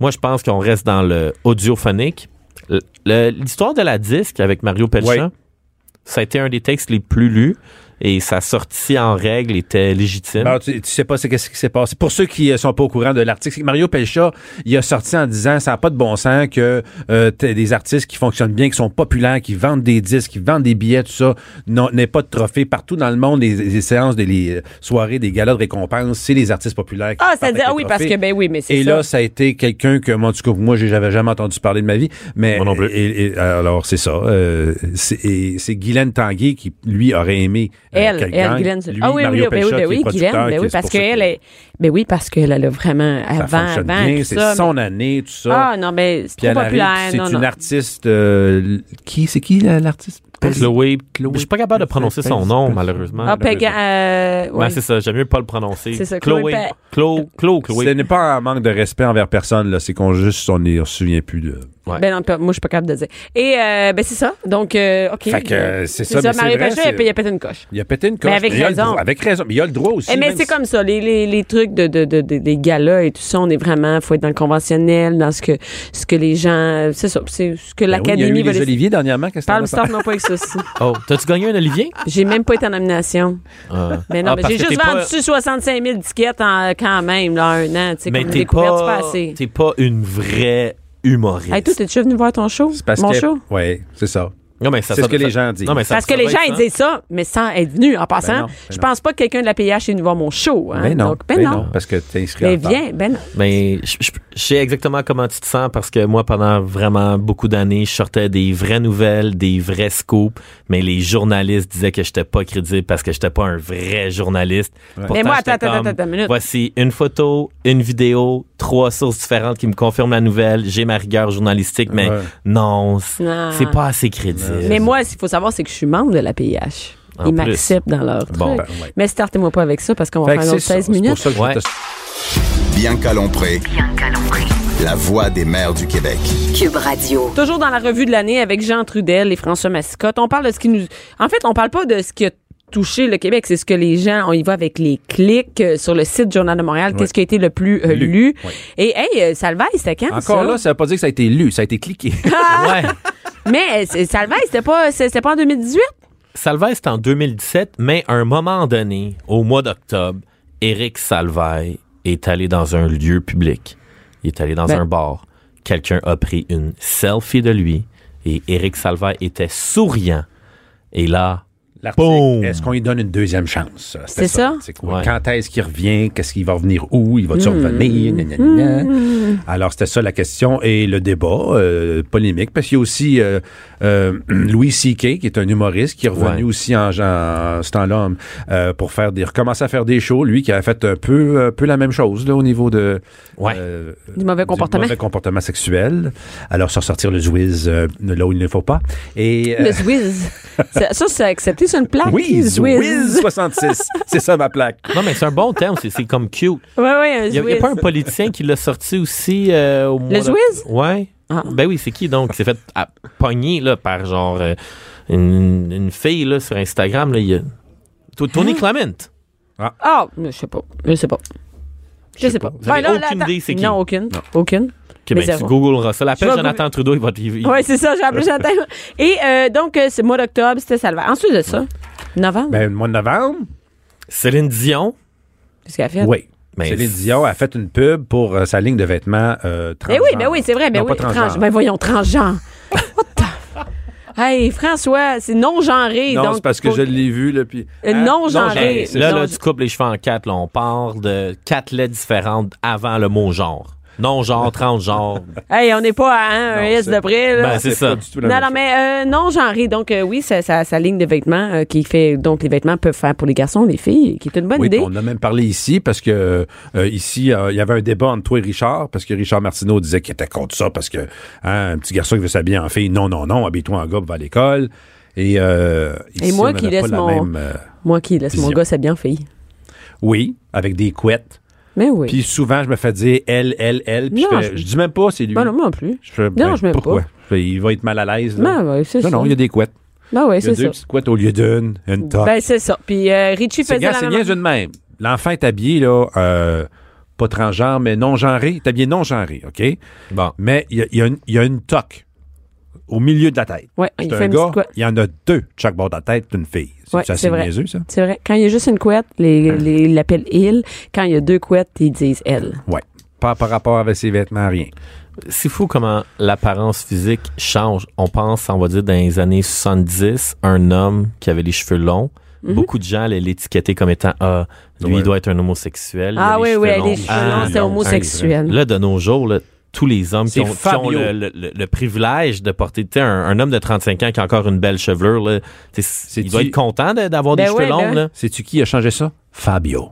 moi, je pense qu'on reste dans le audiophonique. Le- le- L'histoire de la disque avec Mario Pelchat,
Ouais.
ça a été un des textes les plus lus et sa sortie en règle était légitime.
Ben, tu, tu sais pas c'est qu'est-ce qui s'est passé. Pour ceux qui euh, sont pas au courant de l'article, c'est que Mario Pelcha, il a sorti en disant ça n'a pas de bon sens que euh, t'as des artistes qui fonctionnent bien, qui sont populaires, qui vendent des disques, qui vendent des billets, tout ça, non- n'aient pas de trophée partout dans le monde. Les, les séances, des les, euh, soirées, des galas de récompenses, c'est les artistes populaires. qui
Ah,
partent avec
c'est-à-dire,
les
oui, parce
trophées.
que, ben oui, mais c'est
Et
ça.
là, ça a été quelqu'un que, moi, en tout cas, moi, j'ai- j'avais jamais entendu parler de ma vie. Mais,
Moi non plus.
et- et- alors, c'est ça. euh, c'est et c'est Guylaine Tanguay qui, lui, aurait aimé euh,
Elle,
qu'elle
elle,
gagne.
Guylaine.
Lui,
ah oui, oui, oui,
Mario
ben oui,
Pelcha,
ben
qui est
oui,
producteur,
Guylaine, ben
qui-
oui,
c'est
parce
pour ça
qu'elle
que
est. Ben oui, parce qu'elle elle a vraiment
ça
avant,
fonctionne
avant
bien,
tout
c'est
ça.
son année, tout ça.
Ah non, mais c'est
Puis elle
trop
arrive,
populaire.
c'est
non,
une
non.
artiste euh, qui c'est qui la- l'artiste
Chloé,
Chloé-
je suis pas capable de prononcer son
Pelchat,
nom,
Pelchat.
malheureusement.
Ah, Pega, euh,
Ben,
ouais.
c'est ça, j'aime mieux pas le prononcer.
C'est ça,
Chloé.
Chloé Pe-
Chlo- Chlo- Chloé.
Ce n'est pas un manque de respect envers personne là, c'est qu'on juste on ne se souvient plus de.
ouais.
Ben non, pas- moi, je suis pas capable de dire. Et, euh, ben, c'est ça. Donc, euh, OK.
Fait que, euh, c'est ça, mais c'est
Marie
vrai,
Pachet,
c'est-
elle, peut- elle pète une coche.
Il a pété une coche.
avec
il a le
raison.
droit- avec raison, mais il a le droit aussi.
Eh, mais
même
c'est
si-
comme ça, les, les, les trucs de, de, de, de- des galas et tout ça, on est vraiment, faut être dans le conventionnel, dans ce que, ce que les gens, c'est ça, c'est ce que
Ben oui, il y a eu
l'académie
les
veut.
Olivier dernièrement qu'est-ce
Parle
que t'en as
stop non pas avec ça. si.
Oh, t'as-tu gagné un Olivier?
J'ai même pas été en nomination.
Ah.
Mais non,
Ah,
mais
parce
j'ai
que
juste
t'es pas-
vendu 65 000 tickets en- quand même, là, un an. Tu
Ben,
sais,
Mais
comme
t'es
découverte, c'est
pas,
pas assez.
t'es pas une vraie humoriste.
Hey, toi, t'es déjà venu voir ton show?
C'est parce
Mon
que-
show?
Ouais, c'est ça.
Non, mais ça-
C'est ce
ça-
que les
ça-
gens disent.
Non, mais ça-
Parce que
ça
les
va
gens,
être,
ils
hein?
disent ça, mais sans être venus. En passant,
non, ben
je
non.
pense pas que quelqu'un de la PH est venu voir mon show. Hein?
Ben non,
Donc, ben,
ben
non.
non, parce que t'es inscrit
Mais
en retard.
viens, ben non.
Mais je, je- je sais exactement comment tu te sens parce que moi, pendant vraiment beaucoup d'années, je sortais des vraies nouvelles, des vrais scoops, mais les journalistes disaient que j'étais pas crédible parce que j'étais pas un vrai journaliste. Pourtant,
Mais moi,
j'étais
attends, attends,
comme,
attends, attends une minute.
Voici une photo, une vidéo, trois sources différentes qui me confirment la nouvelle. J'ai ma rigueur journalistique, mais
Ouais.
non, c'est
Non.
c'est pas assez crédible.
Mais moi, ce qu'il faut savoir, c'est que je suis membre de la PH.
En
Ils
plus.
m'acceptent dans leur
Bon,
truc.
ben, ouais.
Mais startez-moi pas avec ça parce qu'on va
Fait que
faire un
c'est
autre
ça,
16
c'est pour
minutes.
ça que je
Ouais.
te-
Bianca Lompré,
Bianca Lompré.
la voix des mères du Québec.
Cube Radio.
Toujours dans la revue de l'année avec Jean Trudel et François Massicotte. On parle de ce qui nous. En fait, on parle pas de ce qui a touché le Québec, c'est ce que les gens, on y va avec les clics euh, sur le site Journal de Montréal, qu'est-ce qui a été le plus euh, lu.
Lu, ouais.
Et hey, euh, Salvaille, c'était quand
Encore
ça?
là, ça veut pas dire que ça a été lu, ça a été cliqué.
ouais.
Mais euh, c'est- Salvaille, c'était pas c'était pas en 2018
Salvaille, c'est en 2017, mais à un moment donné, au mois d'octobre, Éric Salvaille est allé dans un lieu public. Il est allé dans
Ben-
un bar. Quelqu'un a pris une selfie de lui et Éric Salvaille était souriant. Et là,
L'article,
Boom.
Est-ce qu'on lui donne une deuxième chance? C'était
C'est ça?
C'est quoi?
Ouais.
Quand est-ce qu'il revient? Qu'est-ce qu'il va revenir où? Il
Hmm.
va-tu revenir? Gna, gna, gna. Alors, c'était ça la question et le débat euh, polémique. Parce qu'il y a aussi euh, euh, Louis C.K., qui est un humoriste, qui est revenu
Ouais.
aussi en, en ce temps-là euh, pour faire des, recommencer à faire des shows. Lui qui a fait un peu, un peu la même chose là, au niveau de,
ouais.
euh,
du mauvais comportement.
du mauvais comportement sexuel. Alors, sans sortir le Zwiz euh, là où il ne faut pas. Et,
Le
euh,
Zwiz. ça, ça, c'est accepté sur une plaque.
oui,
Zwiz.
Zwiz 66. C'est ça ma plaque.
non, mais c'est un bon terme, c'est- c'est comme cute.
Ouais, ouais, un
Il n'y a,
Zwiz.
pas un politicien qui l'a sorti aussi euh, au mois
Le
d'oct-
Zouiz?
Ouais.
Ah.
Ben oui, c'est qui donc? Il s'est fait à- pogner là, par genre euh, une, une fille là, sur Instagram. Là, il y a- To- Tony
Hein?
Clement.
Ah, je sais pas. Je sais pas. Je sais pas.
Vous
Ouais,
avez
là, là,
aucune
attends.
idée c'est qui?
Non, aucune. Aucune.
Ok,
Mais
ben, tu
zéro.
googleras ça. L'appel
Je vais
Jonathan Trudeau, il va te il-
Oui, c'est ça, j'ai appelé Chantal. Et euh, donc, euh, c'est mois d'octobre, c'était Salvaire. Ensuite de ça, novembre,
Ben, le mois de novembre,
Céline Dion.
qu'est-ce qu'elle a fait?
oui.
Mais
Céline Dion a fait une pub pour euh, sa ligne de vêtements euh,
Ben
transgenre.
oui, ben oui, c'est vrai. Ben
Non,
oui,
pas transgenre.
trans- ben voyons, transgenre. What the- Hey, François, c'est non-genré.
Non,
donc
c'est parce que
faut-
je l'ai vu, là, puis... Ah,
Euh, non, j'en
j'en-
ai.
c'est
Là,
ça.
là,
je-
tu coupes les cheveux en quatre. Là, on parle de quatre lettres différentes avant le mot genre. Non, genre, 30 genres.
Hey, on n'est pas à un, un
Non,
S
c'est-
de près, là.
Ben, c'est ça.
pas du tout la
Non,
même
non,
chose.
mais euh, non, genré. Donc, euh, oui, sa, sa, sa ligne de vêtements euh, qui fait. Donc, les vêtements peuvent faire pour les garçons, les filles, qui est une bonne
Oui,
idée.
on a même parlé ici parce que euh, ici, euh, il y avait un débat entre toi et Richard parce que Richard Martineau disait qu'il était contre ça parce que hein, un petit garçon qui veut s'habiller en fille, non, non, non, habille-toi en gars, va à l'école. Et, euh, ici,
Et moi
on
qui
avait pas
laisse
la
mon-
même, euh,
Moi qui laisse mon
Vision.
gars s'habiller en fille.
oui, avec des couettes.
Mais oui.
Puis souvent, je me fais dire elle, elle, elle. Puis je,
Non,
fais-
je-
je dis même pas, c'est lui.
Ben non, moi non plus.
Je fais, ben,
non, je m'aime
pourquoi?
pas.
Je fais, il va être mal à l'aise. là.
Ben oui, c'est ça.
non, non, il y a des couettes.
Ben oui,
Il y a
c'est
deux
ça.
petites couettes au lieu d'une, une toque.
Ben c'est ça. Puis euh, Richie
C'est
faisait
gars,
la
c'est
même.
niaise une même. L'enfant est habillé, là, euh, pas transgenre, mais non-genré. Il est habillé non-genré, OK?
Bon.
Mais il y a, il y a une- il y a une toque au milieu de la tête.
Ouais, il
c'est
fait
un
une petite
gars,
couette.
il y en a deux de chaque bord de la tête d'une fille. C'est
Ouais,
assez
c'est vrai.
niaiseux, ça?
C'est vrai. Quand il y a juste une couette, les, les, ils l'appellent il. Quand il y a deux couettes, ils disent elle.
Oui. Pas par rapport avec ses vêtements, rien.
C'est fou comment l'apparence physique change. On pense, on va dire, dans les années 70, un homme qui avait les cheveux longs.
Mhm.
Beaucoup de gens allaient l'étiqueter comme étant Ah, lui,
Ouais.
il doit être un homosexuel. il a
Ah oui,
les
oui,
cheveux longs.
les cheveux
Ah,
longs, c'est
non,
homosexuel.
Là, de nos jours, là, tous les hommes
C'est
qui ont, qui
Fabio.
ont le, le- le- le privilège de porter, tu sais, un, un homme de 35 ans qui a encore une belle chevelure, là, tu sais, il
C'est-tu-
doit être content de- d'avoir
Ben
des cheveux
ouais,
longs.
là.
là.
Sais-tu qui a changé ça? Fabio.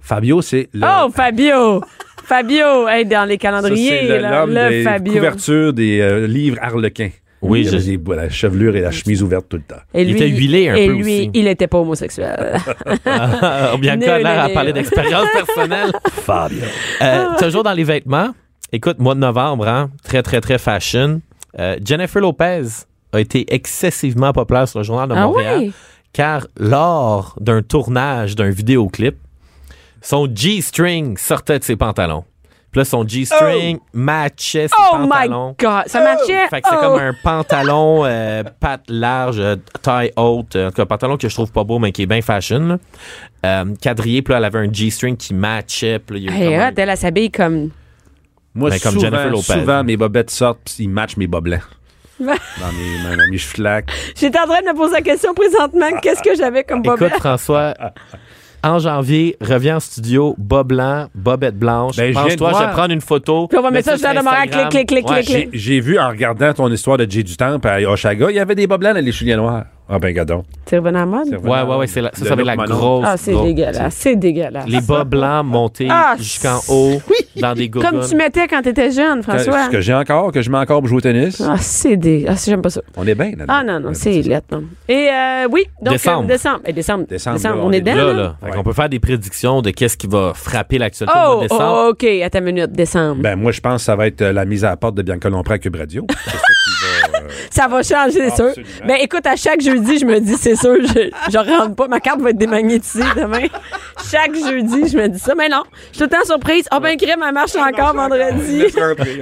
Fabio, c'est le...
Oh, Fabio! Fabio! Hey, dans les
ça,
calendriers,
c'est le-
là,
l'homme
le
des
Fabio.
couvertures des euh, livres Harlequin.
Oui,
il
je-
avait des- la chevelure et la chemise ouverte tout le temps.
Et
Il était huilé un
et
peu
lui,
aussi.
il était pas homosexuel.
Ah, Bianca a
Né,
l'air
né,
à
né.
parler d'expérience personnelle.
Fabio.
Euh, toujours dans les vêtements. Écoute, mois de novembre, hein, très, très, très fashion. Euh, Jennifer Lopez a été excessivement populaire sur le journal de
ah
Montréal
oui?
car lors d'un tournage d'un vidéoclip, son G-string sortait de ses pantalons. Puis là, son G-string matchait ses
Oh my
pantalons.
God! Ça matchait!
Fait que c'est
Oh!
comme un pantalon euh, patte large, euh, taille haute, euh, en tout cas, un pantalon que je trouve pas beau, mais qui est bien fashion. là. Euh, quadrillé, puis là, elle avait un G-string qui matchait. Puis là, il y a eu
Hey, ah,
comme un-
hot, elle elle s'habille comme...
Moi,
Ben, comme
souvent,
Jennifer Lopez.
souvent, mes bobettes sortent pis ils matchent mes bas blancs. dans
Ben-
mes, dans mes cheveux flaques.
J'étais en train de me poser la question présentement. Qu'est-ce que j'avais comme
Écoute,
bobette?
François, en janvier, reviens en studio, bas blanc, bobette blanche.
Ben, je viens de
Pense-toi, je
voir.
vais prendre une photo.
Puis on va mettre ça
mets
sur la demeure,
Instagram.
clic, clic, clic,
Ouais,
clic,
J'ai- J'ai vu, en regardant ton histoire de Jay du Temple à Oshaga, il y avait des bas blancs dans les souliers noirs. Ah ben, gadon.
C'est revenu en mode?
Ouais, ouais, ouais, c'est la- ça, ça va être la grosse.
Ah, c'est
grosse-
dégueulasse. C'est dégueulasse.
Les bas blancs montés
Ah,
jusqu'en haut dans des gogoons.
Comme tu mettais quand t'étais jeune, François.
Ce que j'ai encore, que je mets encore pour jouer au tennis.
Ah, c'est des... Ah, c'est- j'aime pas ça.
On est bien là-dedans.
Ah non, non,
Ouais,
c'est lettre, non. Et euh, oui, donc
Décembre.
euh, décembre. Eh, décembre.
Décembre, là,
on,
on
est
est
dedans.
Là,
là?
là.
Ouais.
on peut faire des prédictions de qu'est-ce qui va frapper l'actualité au
Oh,
mois de décembre.
oh, OK, à ta minute, décembre.
Ben, moi, je pense que ça va être euh, la mise à la porte de Bianca Lompré à Cube Radio. C'est ça qui va. euh,
ça va changer, c'est sûr.
Absolument.
Ben écoute, à chaque jeudi, je me dis, c'est sûr, je, je rentre pas, ma carte va être démagnétisée demain. chaque jeudi, je me dis ça. Mais non, je suis tout le temps surprise. Ah ben crème, elle marche encore vendredi.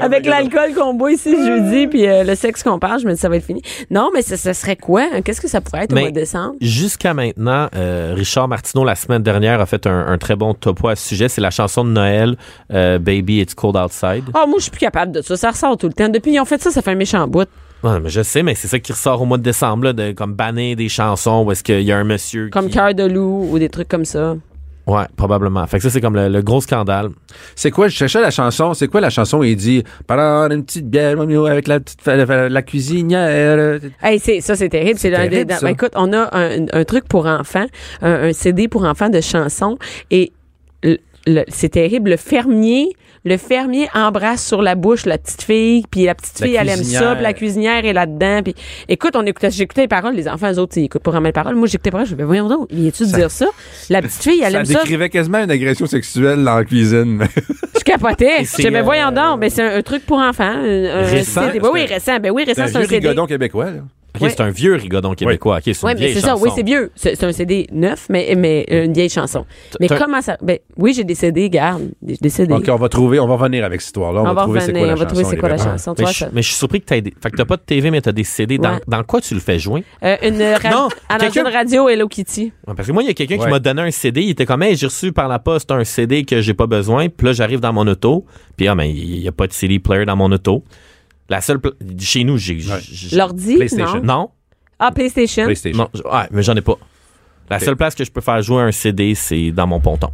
Avec l'alcool qu'on boit ici le jeudi, puis euh, le sexe qu'on parle, je me dis, ça va être fini. Non, mais ça, ça serait quoi? hein? Qu'est-ce que ça pourrait être au
Mais-
mois de décembre?
Jusqu'à maintenant, euh, Richard Martineau, la semaine dernière, a fait un, un très bon topo à ce sujet. C'est la chanson de Noël, euh, Baby It's Cold Outside.
Ah, moi, je suis plus capable de ça. Ça ressort tout le temps. Depuis ils ont fait ça, ça fait un méchant bout.
Ouais, mais je sais, mais c'est ça qui ressort au mois de décembre, là, de comme banner des chansons où est-ce qu'il y a un monsieur.
Comme
qui...
Cœur de loup ou des trucs comme ça.
Ouais, probablement. Fait que ça, c'est comme le, le gros scandale.
C'est quoi, je cherchais la chanson, c'est quoi la chanson où il dit « Pendant une petite bière, miou, avec la petite fa- la, la cuisinière...
Hey, c'est ça, c'est terrible. C'est l'un des-
terrible, ça.
Ben, écoute, on a un, un truc pour enfants, un, un CD pour enfants de chansons, et le- le- c'est terrible. Le fermier, le fermier embrasse sur la bouche la petite fille, puis la petite
La
fille, elle aime ça,
cuisinière.
puis la cuisinière est là-dedans. Puis, écoute, on écoutait, j'écoutais les paroles, les enfants, eux autres, ils écoutent pas vraiment les paroles. Moi, j'écoutais les paroles, je me disais, voyons donc, viens-tu de dire ça? La petite fille, elle
Ça
aime ça.
décrivait quasiment une agression sexuelle dans la cuisine.
Je capotais. Je
c'est,
disais, ben,
euh,
voyons donc, mais c'est un, un truc pour enfants. un- un
Récent?
CD. Ben oui, récent. Ben oui, récent,
C'est un
c'est un
vieux
CD.
rigodon québécois. là.
Ok,
Ouais.
C'est un vieux rigodon québécois. Ok, c'est une
Oui, mais
vieille
c'est ça.
chanson.
Oui, c'est vieux. C'est c'est un CD neuf, mais, mais euh, une vieille chanson. Mais
t'as-
comment ça. Ben, oui, j'ai des CD, garde. Des, des CD.
Donc, on va trouver, on va revenir avec cette histoire-là. On,
on va
trouver c'est quoi
revenir.
la
On va trouver
chanson,
c'est quoi la
les vêtements.
chanson.
Mais
Toi,
je, mais je suis surpris que t'as des. Fait que t'as pas de TV, mais t'as des CD. Dans,
Ouais.
dans quoi tu le fais jouer?
Euh, une ra-
Non,
à
quelqu'un-
l'ancienne radio Hello Kitty.
Ouais, Parce que moi, il y a quelqu'un qui
Ouais.
m'a donné un CD. Il était comme, hey, j'ai reçu par la poste un CD que j'ai pas besoin. Puis là, j'arrive dans mon auto. Puis, ah, mais il y a pas de CD player dans mon auto. La seule. pla- Chez nous, j'ai. j'ai-
L'ordi.
PlayStation.
Non.
Non?
Ah, PlayStation.
PlayStation.
Non, je- ouais, mais j'en ai pas. La seule place que je peux faire jouer un CD, c'est dans mon ponton.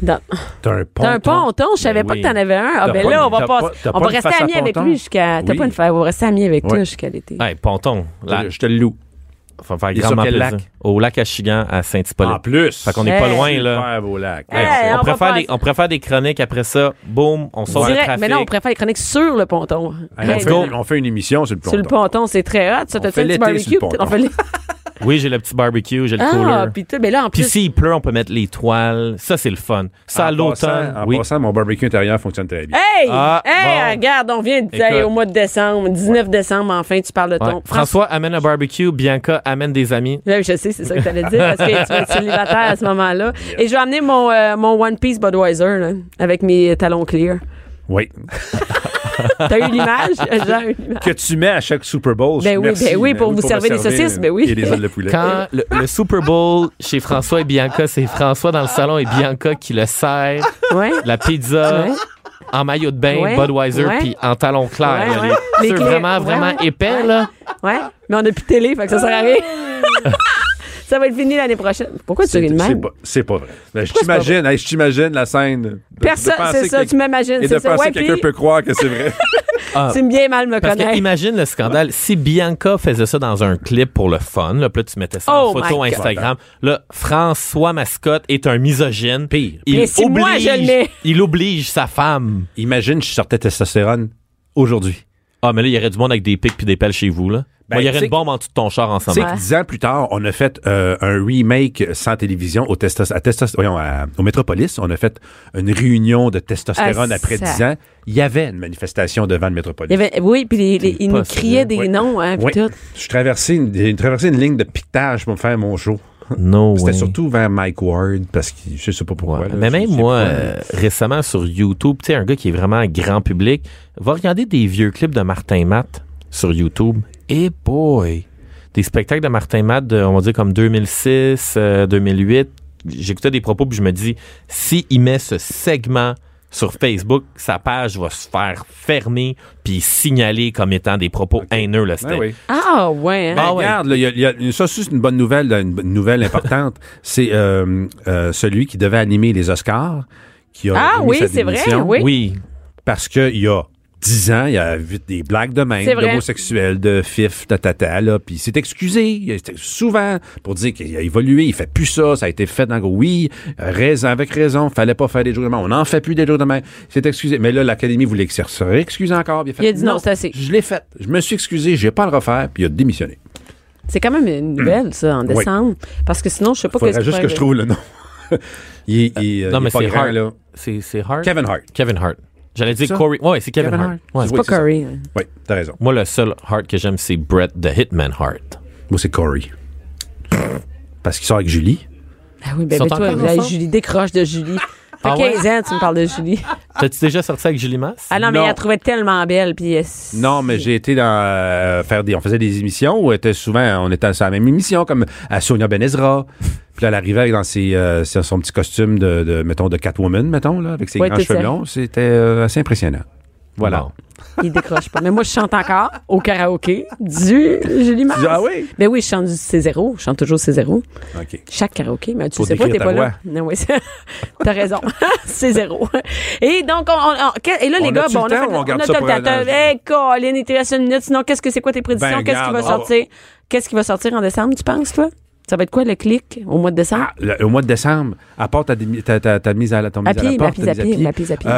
Dans-
T'as un ponton.
T'as un ponton, je savais
Ben
pas
oui.
que t'en avais un. Ah
T'as
ben
pas
là,
une-
on va
t'as
pas,
pas- t'as
on
pas
va
une
rester
face à
amis avec
ponton?
lui jusqu'à. T'as
Oui.
pas une fa- On va rester amis avec toi
Ouais.
jusqu'à l'été.
Hey, ponton. Là,
Je te le loue.
faut faire
Il est
grandement
sur quel
plaisir.
lac?
Au lac Achigan à
En
Saint-Hippolyte.
plus.
Fait qu'on est pas
Hey.
loin, là.
Super beau lac.
Hey,
Hey, on,
on va
préfère
pas-
des, on préfère des chroniques après ça. Boum, on sort le
Direct.
trafic.
Mais non, on préfère les chroniques sur le ponton.
Hey, on,
Hey,
fait, on fait une émission sur le ponton.
Sur le ponton, c'est très hot. Ça,
On
t'as fait
fait
le
l'été sur
barbecue.
le ponton.
On fait les-
Oui, j'ai le petit barbecue, j'ai le
Ah,
cooler.
puis tout. Mais là, en
Puis
plus.
s'il pleut, on peut mettre les toiles. Ça, c'est le fun. Ça, à
En
l'automne.
passant- En
oui.
passant, mon barbecue intérieur fonctionne très bien.
Hey!
Ah,
hey,
bon.
regarde, on vient de dire
Écoute.
au mois de décembre, 19 décembre, enfin, tu parles de
Ouais.
ton.
François amène un barbecue, Bianca amène des amis.
Là, je sais, c'est ça que tu allais dire, parce que tu vas être célibataire à ce moment-là. Et je vais amener mon, euh, mon One Piece Budweiser, là, avec mes talons clear.
Oui.
T'as eu l'image? J'ai eu l'image.
que tu mets à chaque Super Bowl.
Ben oui,
Merci,
ben oui,
mais
pour vous servir
me
des saucisses, ben oui.
Et des ailes de poulet.
Quand le, le Super Bowl chez François et Bianca, c'est François dans le salon et Bianca qui le sert,
Ouais.
la pizza,
Ouais.
en maillot de bain,
Ouais.
Budweiser,
Ouais.
puis en talon clair.
Ouais,
là,
ouais.
les-
Les
ceux
clés-
vraiment,
ouais,
vraiment
ouais.
épais, là.
Ouais. Mais on n'a plus de télé, fait que ça sert à rien. ça va être fini l'année prochaine. Pourquoi tu ris de
C'est
même?
pas, c'est pas vrai. Ben, je t'imagine, hey, je t'imagine la scène. de- de
Personne,
penser
c'est ça,
que-
tu m'imagines.
Et de
C'est ça.
penser
Ouais,
que quelqu'un
puis,
peut croire que c'est vrai.
tu me bien mal me
ah. Parce que
connaître.
imagine le scandale. Si Bianca faisait ça dans un clip pour le fun, là, puis là, tu mettais ça en
Oh
photo
my God.
Instagram, là, François Mascotte est un misogyne.
Pire.
Il
Mais si moi, je le mets.
il oblige sa femme.
Imagine, je sortais testostérone aujourd'hui.
Ah, mais là, il y aurait du monde avec des pics puis des pelles chez vous, là.
Ben,
Moi, il y
tu
aurait
sais
une bombe en dessous de ton char
Tu sais
ensemble.
que dix ans plus tard, on a fait euh, un remake sans télévision au, testos à testos voyons, à- au Métropolis. On a fait une réunion de testostérone
Ah,
après
ça.
10 ans. Il y avait une manifestation devant le Métropolis.
Il y avait- oui, puis les- les-
C'est
ils
pas
nous criaient
sérieux.
des noms, hein, puis
Oui.
tout.
Je traversais une, j'ai traversé une ligne de piquetage pour me faire mon show.
No
C'était
way.
surtout vers Mike Ward parce que je sais pas pourquoi.
Ouais.
là,
mais
je
même
sais
moi,
pas.
euh, récemment sur YouTube, tu sais, un gars qui est vraiment grand public, va regarder des vieux clips de Martin Matt sur YouTube.
Eh
Et boy! Des spectacles de Martin Matt, de, on va dire comme 2006, euh, 2008. J'écoutais des propos puis je me dis, si il met ce segment sur Facebook, sa page va se faire fermer puis signaler comme étant des propos haineux. Là,
Ben
c'était
oui.
Ah, ouais, hein.
Ben,
Ah ouais.
regarde, là, il y a- il y a- ça c'est une bonne nouvelle, là, une bonne nouvelle importante. c'est euh, euh, celui qui devait animer les Oscars, qui a
Ah
remis
oui,
sa
c'est vrai,
démission
oui.
oui.
Euh, parce que il y a dix ans, il y a eu des blagues de même,
C'est vrai.
d'homosexuels, de fif, tatata, là, puis il s'est excusé il a été souvent pour dire qu'il a évolué, il fait plus ça, ça a été fait dans le oui, euh, raison avec raison, fallait pas faire des jours de main, on n'en fait plus des jours de main, il s'est excusé, mais là l'académie voulait qu'il se réexcuse encore, puis
Il a dit non, c'est assez.
Je l'ai fait, je me suis excusé, j'ai pas à le refaire, puis il a démissionné.
C'est quand même une nouvelle, ça, en décembre. Parce que sinon, je sais pas
Faudrait
qu'est-ce
juste que
pourrait
je trouve le nom. il est, il est-
Euh,
euh,
Non,
il est
mais
pas
c'est
grand,
hard.
là.
C'est c'est hard.
Kevin Hart.
Kevin Hart. J'allais dire
Ça?
Corey. Ouais, c'est Kevin,
Kevin
Hart.
Hart.
Ouais.
Oui,
arriver.
c'est ça.
Pas Corey. hein.
Oui, t'as raison.
Moi, le seul Hart que j'aime, c'est Brett the Hitman Hart.
Moi, c'est Corey. Parce qu'il sort avec Julie.
Ah oui, ben,
Ils sont
ben, toi,
encore
là,
ensemble?
Julie, décroche de Julie. Fait
Ah ouais?
15 ans, tu me parles de Julie.
T'as-tu déjà sorti avec Julie Masse?
Ah non, mais
Non.
elle la trouvait tellement belle. Puis elle s-
Non, mais j'ai été dans euh, faire des. On faisait des émissions où était souvent, on était sur la même émission, comme à Sonia Benezra. Puis là, elle arrivait dans ses, euh, son son petit costume de, de, mettons, de Catwoman, mettons, là, avec ses
Ouais,
grands
t'es
cheveux
sérieux.
longs. C'était euh, assez impressionnant. Voilà.
Bon.
Il décroche pas. Mais moi, je chante encore au karaoké du Julie Mars.
dis, ah oui?
Ben oui, je chante du C0. Je chante toujours C0.
OK.
Chaque karaoké, mais tu
Pour
sais pas, t'es
décrire
pas
ta
là. Non, oui, c'est- t'as raison. c'est zéro. Et donc, on, on- on- que- et là, les
On
gars,
a-tu
bon,
le
on a
temps
fait,
ou on garde
a
ça
tout
pour
le temps.
un-
Hey, Colin, il te reste une minute. Sinon, qu'est-ce que c'est quoi tes prédictions?
Ben,
qu'est-ce qui
garde,
va
on va-
sortir? Qu'est-ce qui va sortir en décembre, tu penses, toi? Ça va être quoi le clic au mois de décembre?
Ah, le- au mois de décembre, à part ta, démi- ta, ta- ta mise à la, ton
À
mise à la
pied,
porte,
ma
ta
pise à
mise
pied, ma pise à pied.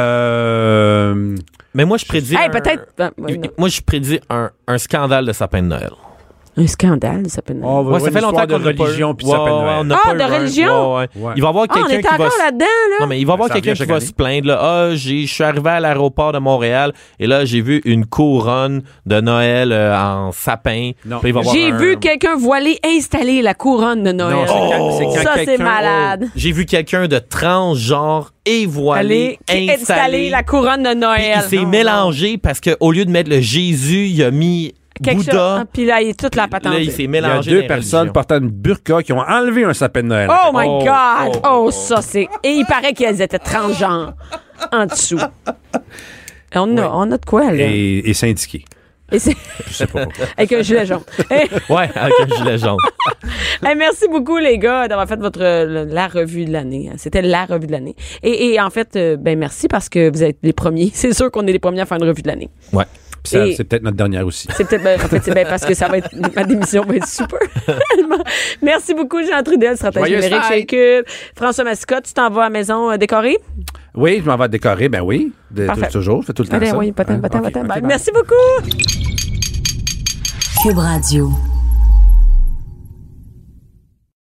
Euh,
Mais moi, je prédis.
Hey,
un-
peut-être. ben, ouais, non.
Moi, je prédis un, un scandale de sapin de Noël.
Un scandale, ça peut être.
on va
Ouais,
voir
ça
une
fait longtemps
histoire
qu'on
de
l'a pas eu.
religion puis
Ouais,
ça
ouais, on
s'appelle.
n'a
Ah,
pas
de
eu un.
religion?
Ouais, ouais.
Ouais.
Il va y avoir
Ah, on
quelqu'un
est
qui va.
encore
s-
là-dedans, là.
Non, mais il va y avoir
Ça
quelqu'un
revient
qui
chaque
va
année.
se plaindre. Là. Ah, j'ai- je suis arrivé à l'aéroport de Montréal et là, j'ai vu une couronne de Noël euh, en sapin.
Non.
Puis il va y avoir
J'ai
un-
vu quelqu'un voilé installer la couronne de
Non,
Noël.
c'est quand- c'est quand
Ah, ça, c'est
quelqu'un-
malade.
J'ai vu quelqu'un de transgenre et
Allez,
voilé
installer
installé.
la couronne de
Puis
Noël.
il s'est
Non,
mélangé parce qu'au lieu de mettre le Jésus, il a mis
Quelque chose.
Bouddha.
Ah, Puis là, il est toute la patente.
Là, il
Il
s'est
y a
mélangé. dans
deux
les
personnes
religions.
portant une burqa qui ont enlevé un sapin de Noël.
Oh my
Oh,
God!
oh,
Oh, ça, c'est. Et il paraît qu'elles étaient transgenres en dessous. On a, on a de quoi, là?
Et, et syndiqué.
Et c'est-
Je sais pas pourquoi.
Avec un gilet jaune. Eh,
Ouais, avec un gilet jaune.
eh, merci beaucoup, les gars, d'avoir fait votre euh, la revue de l'année. hein. C'était la revue de l'année. Et, et en fait, euh, ben merci parce que vous êtes les premiers. C'est sûr qu'on est les premiers à faire une revue de l'année.
Ouais.
Puis ça,
Et-
c'est peut-être notre dernière aussi.
C'est peut-être, ben, en fait, c'est ben parce que ça va être, ma démission va être super. tellement. Merci beaucoup, Jean Trudel, stratège
Joyeuses
numérique chez Cube. François Mascotte, tu t'en vas à la maison euh, décorée?
Oui, je m'en vais décorer, ben oui. De,
Parfait.
toujours,
Eh
je fais tout le temps
Allez,
ça.
oui, patin,
Hein?
patin,
Ok,
patin.
ok,
Bye.
bye.
Merci beaucoup!
Cube Radio.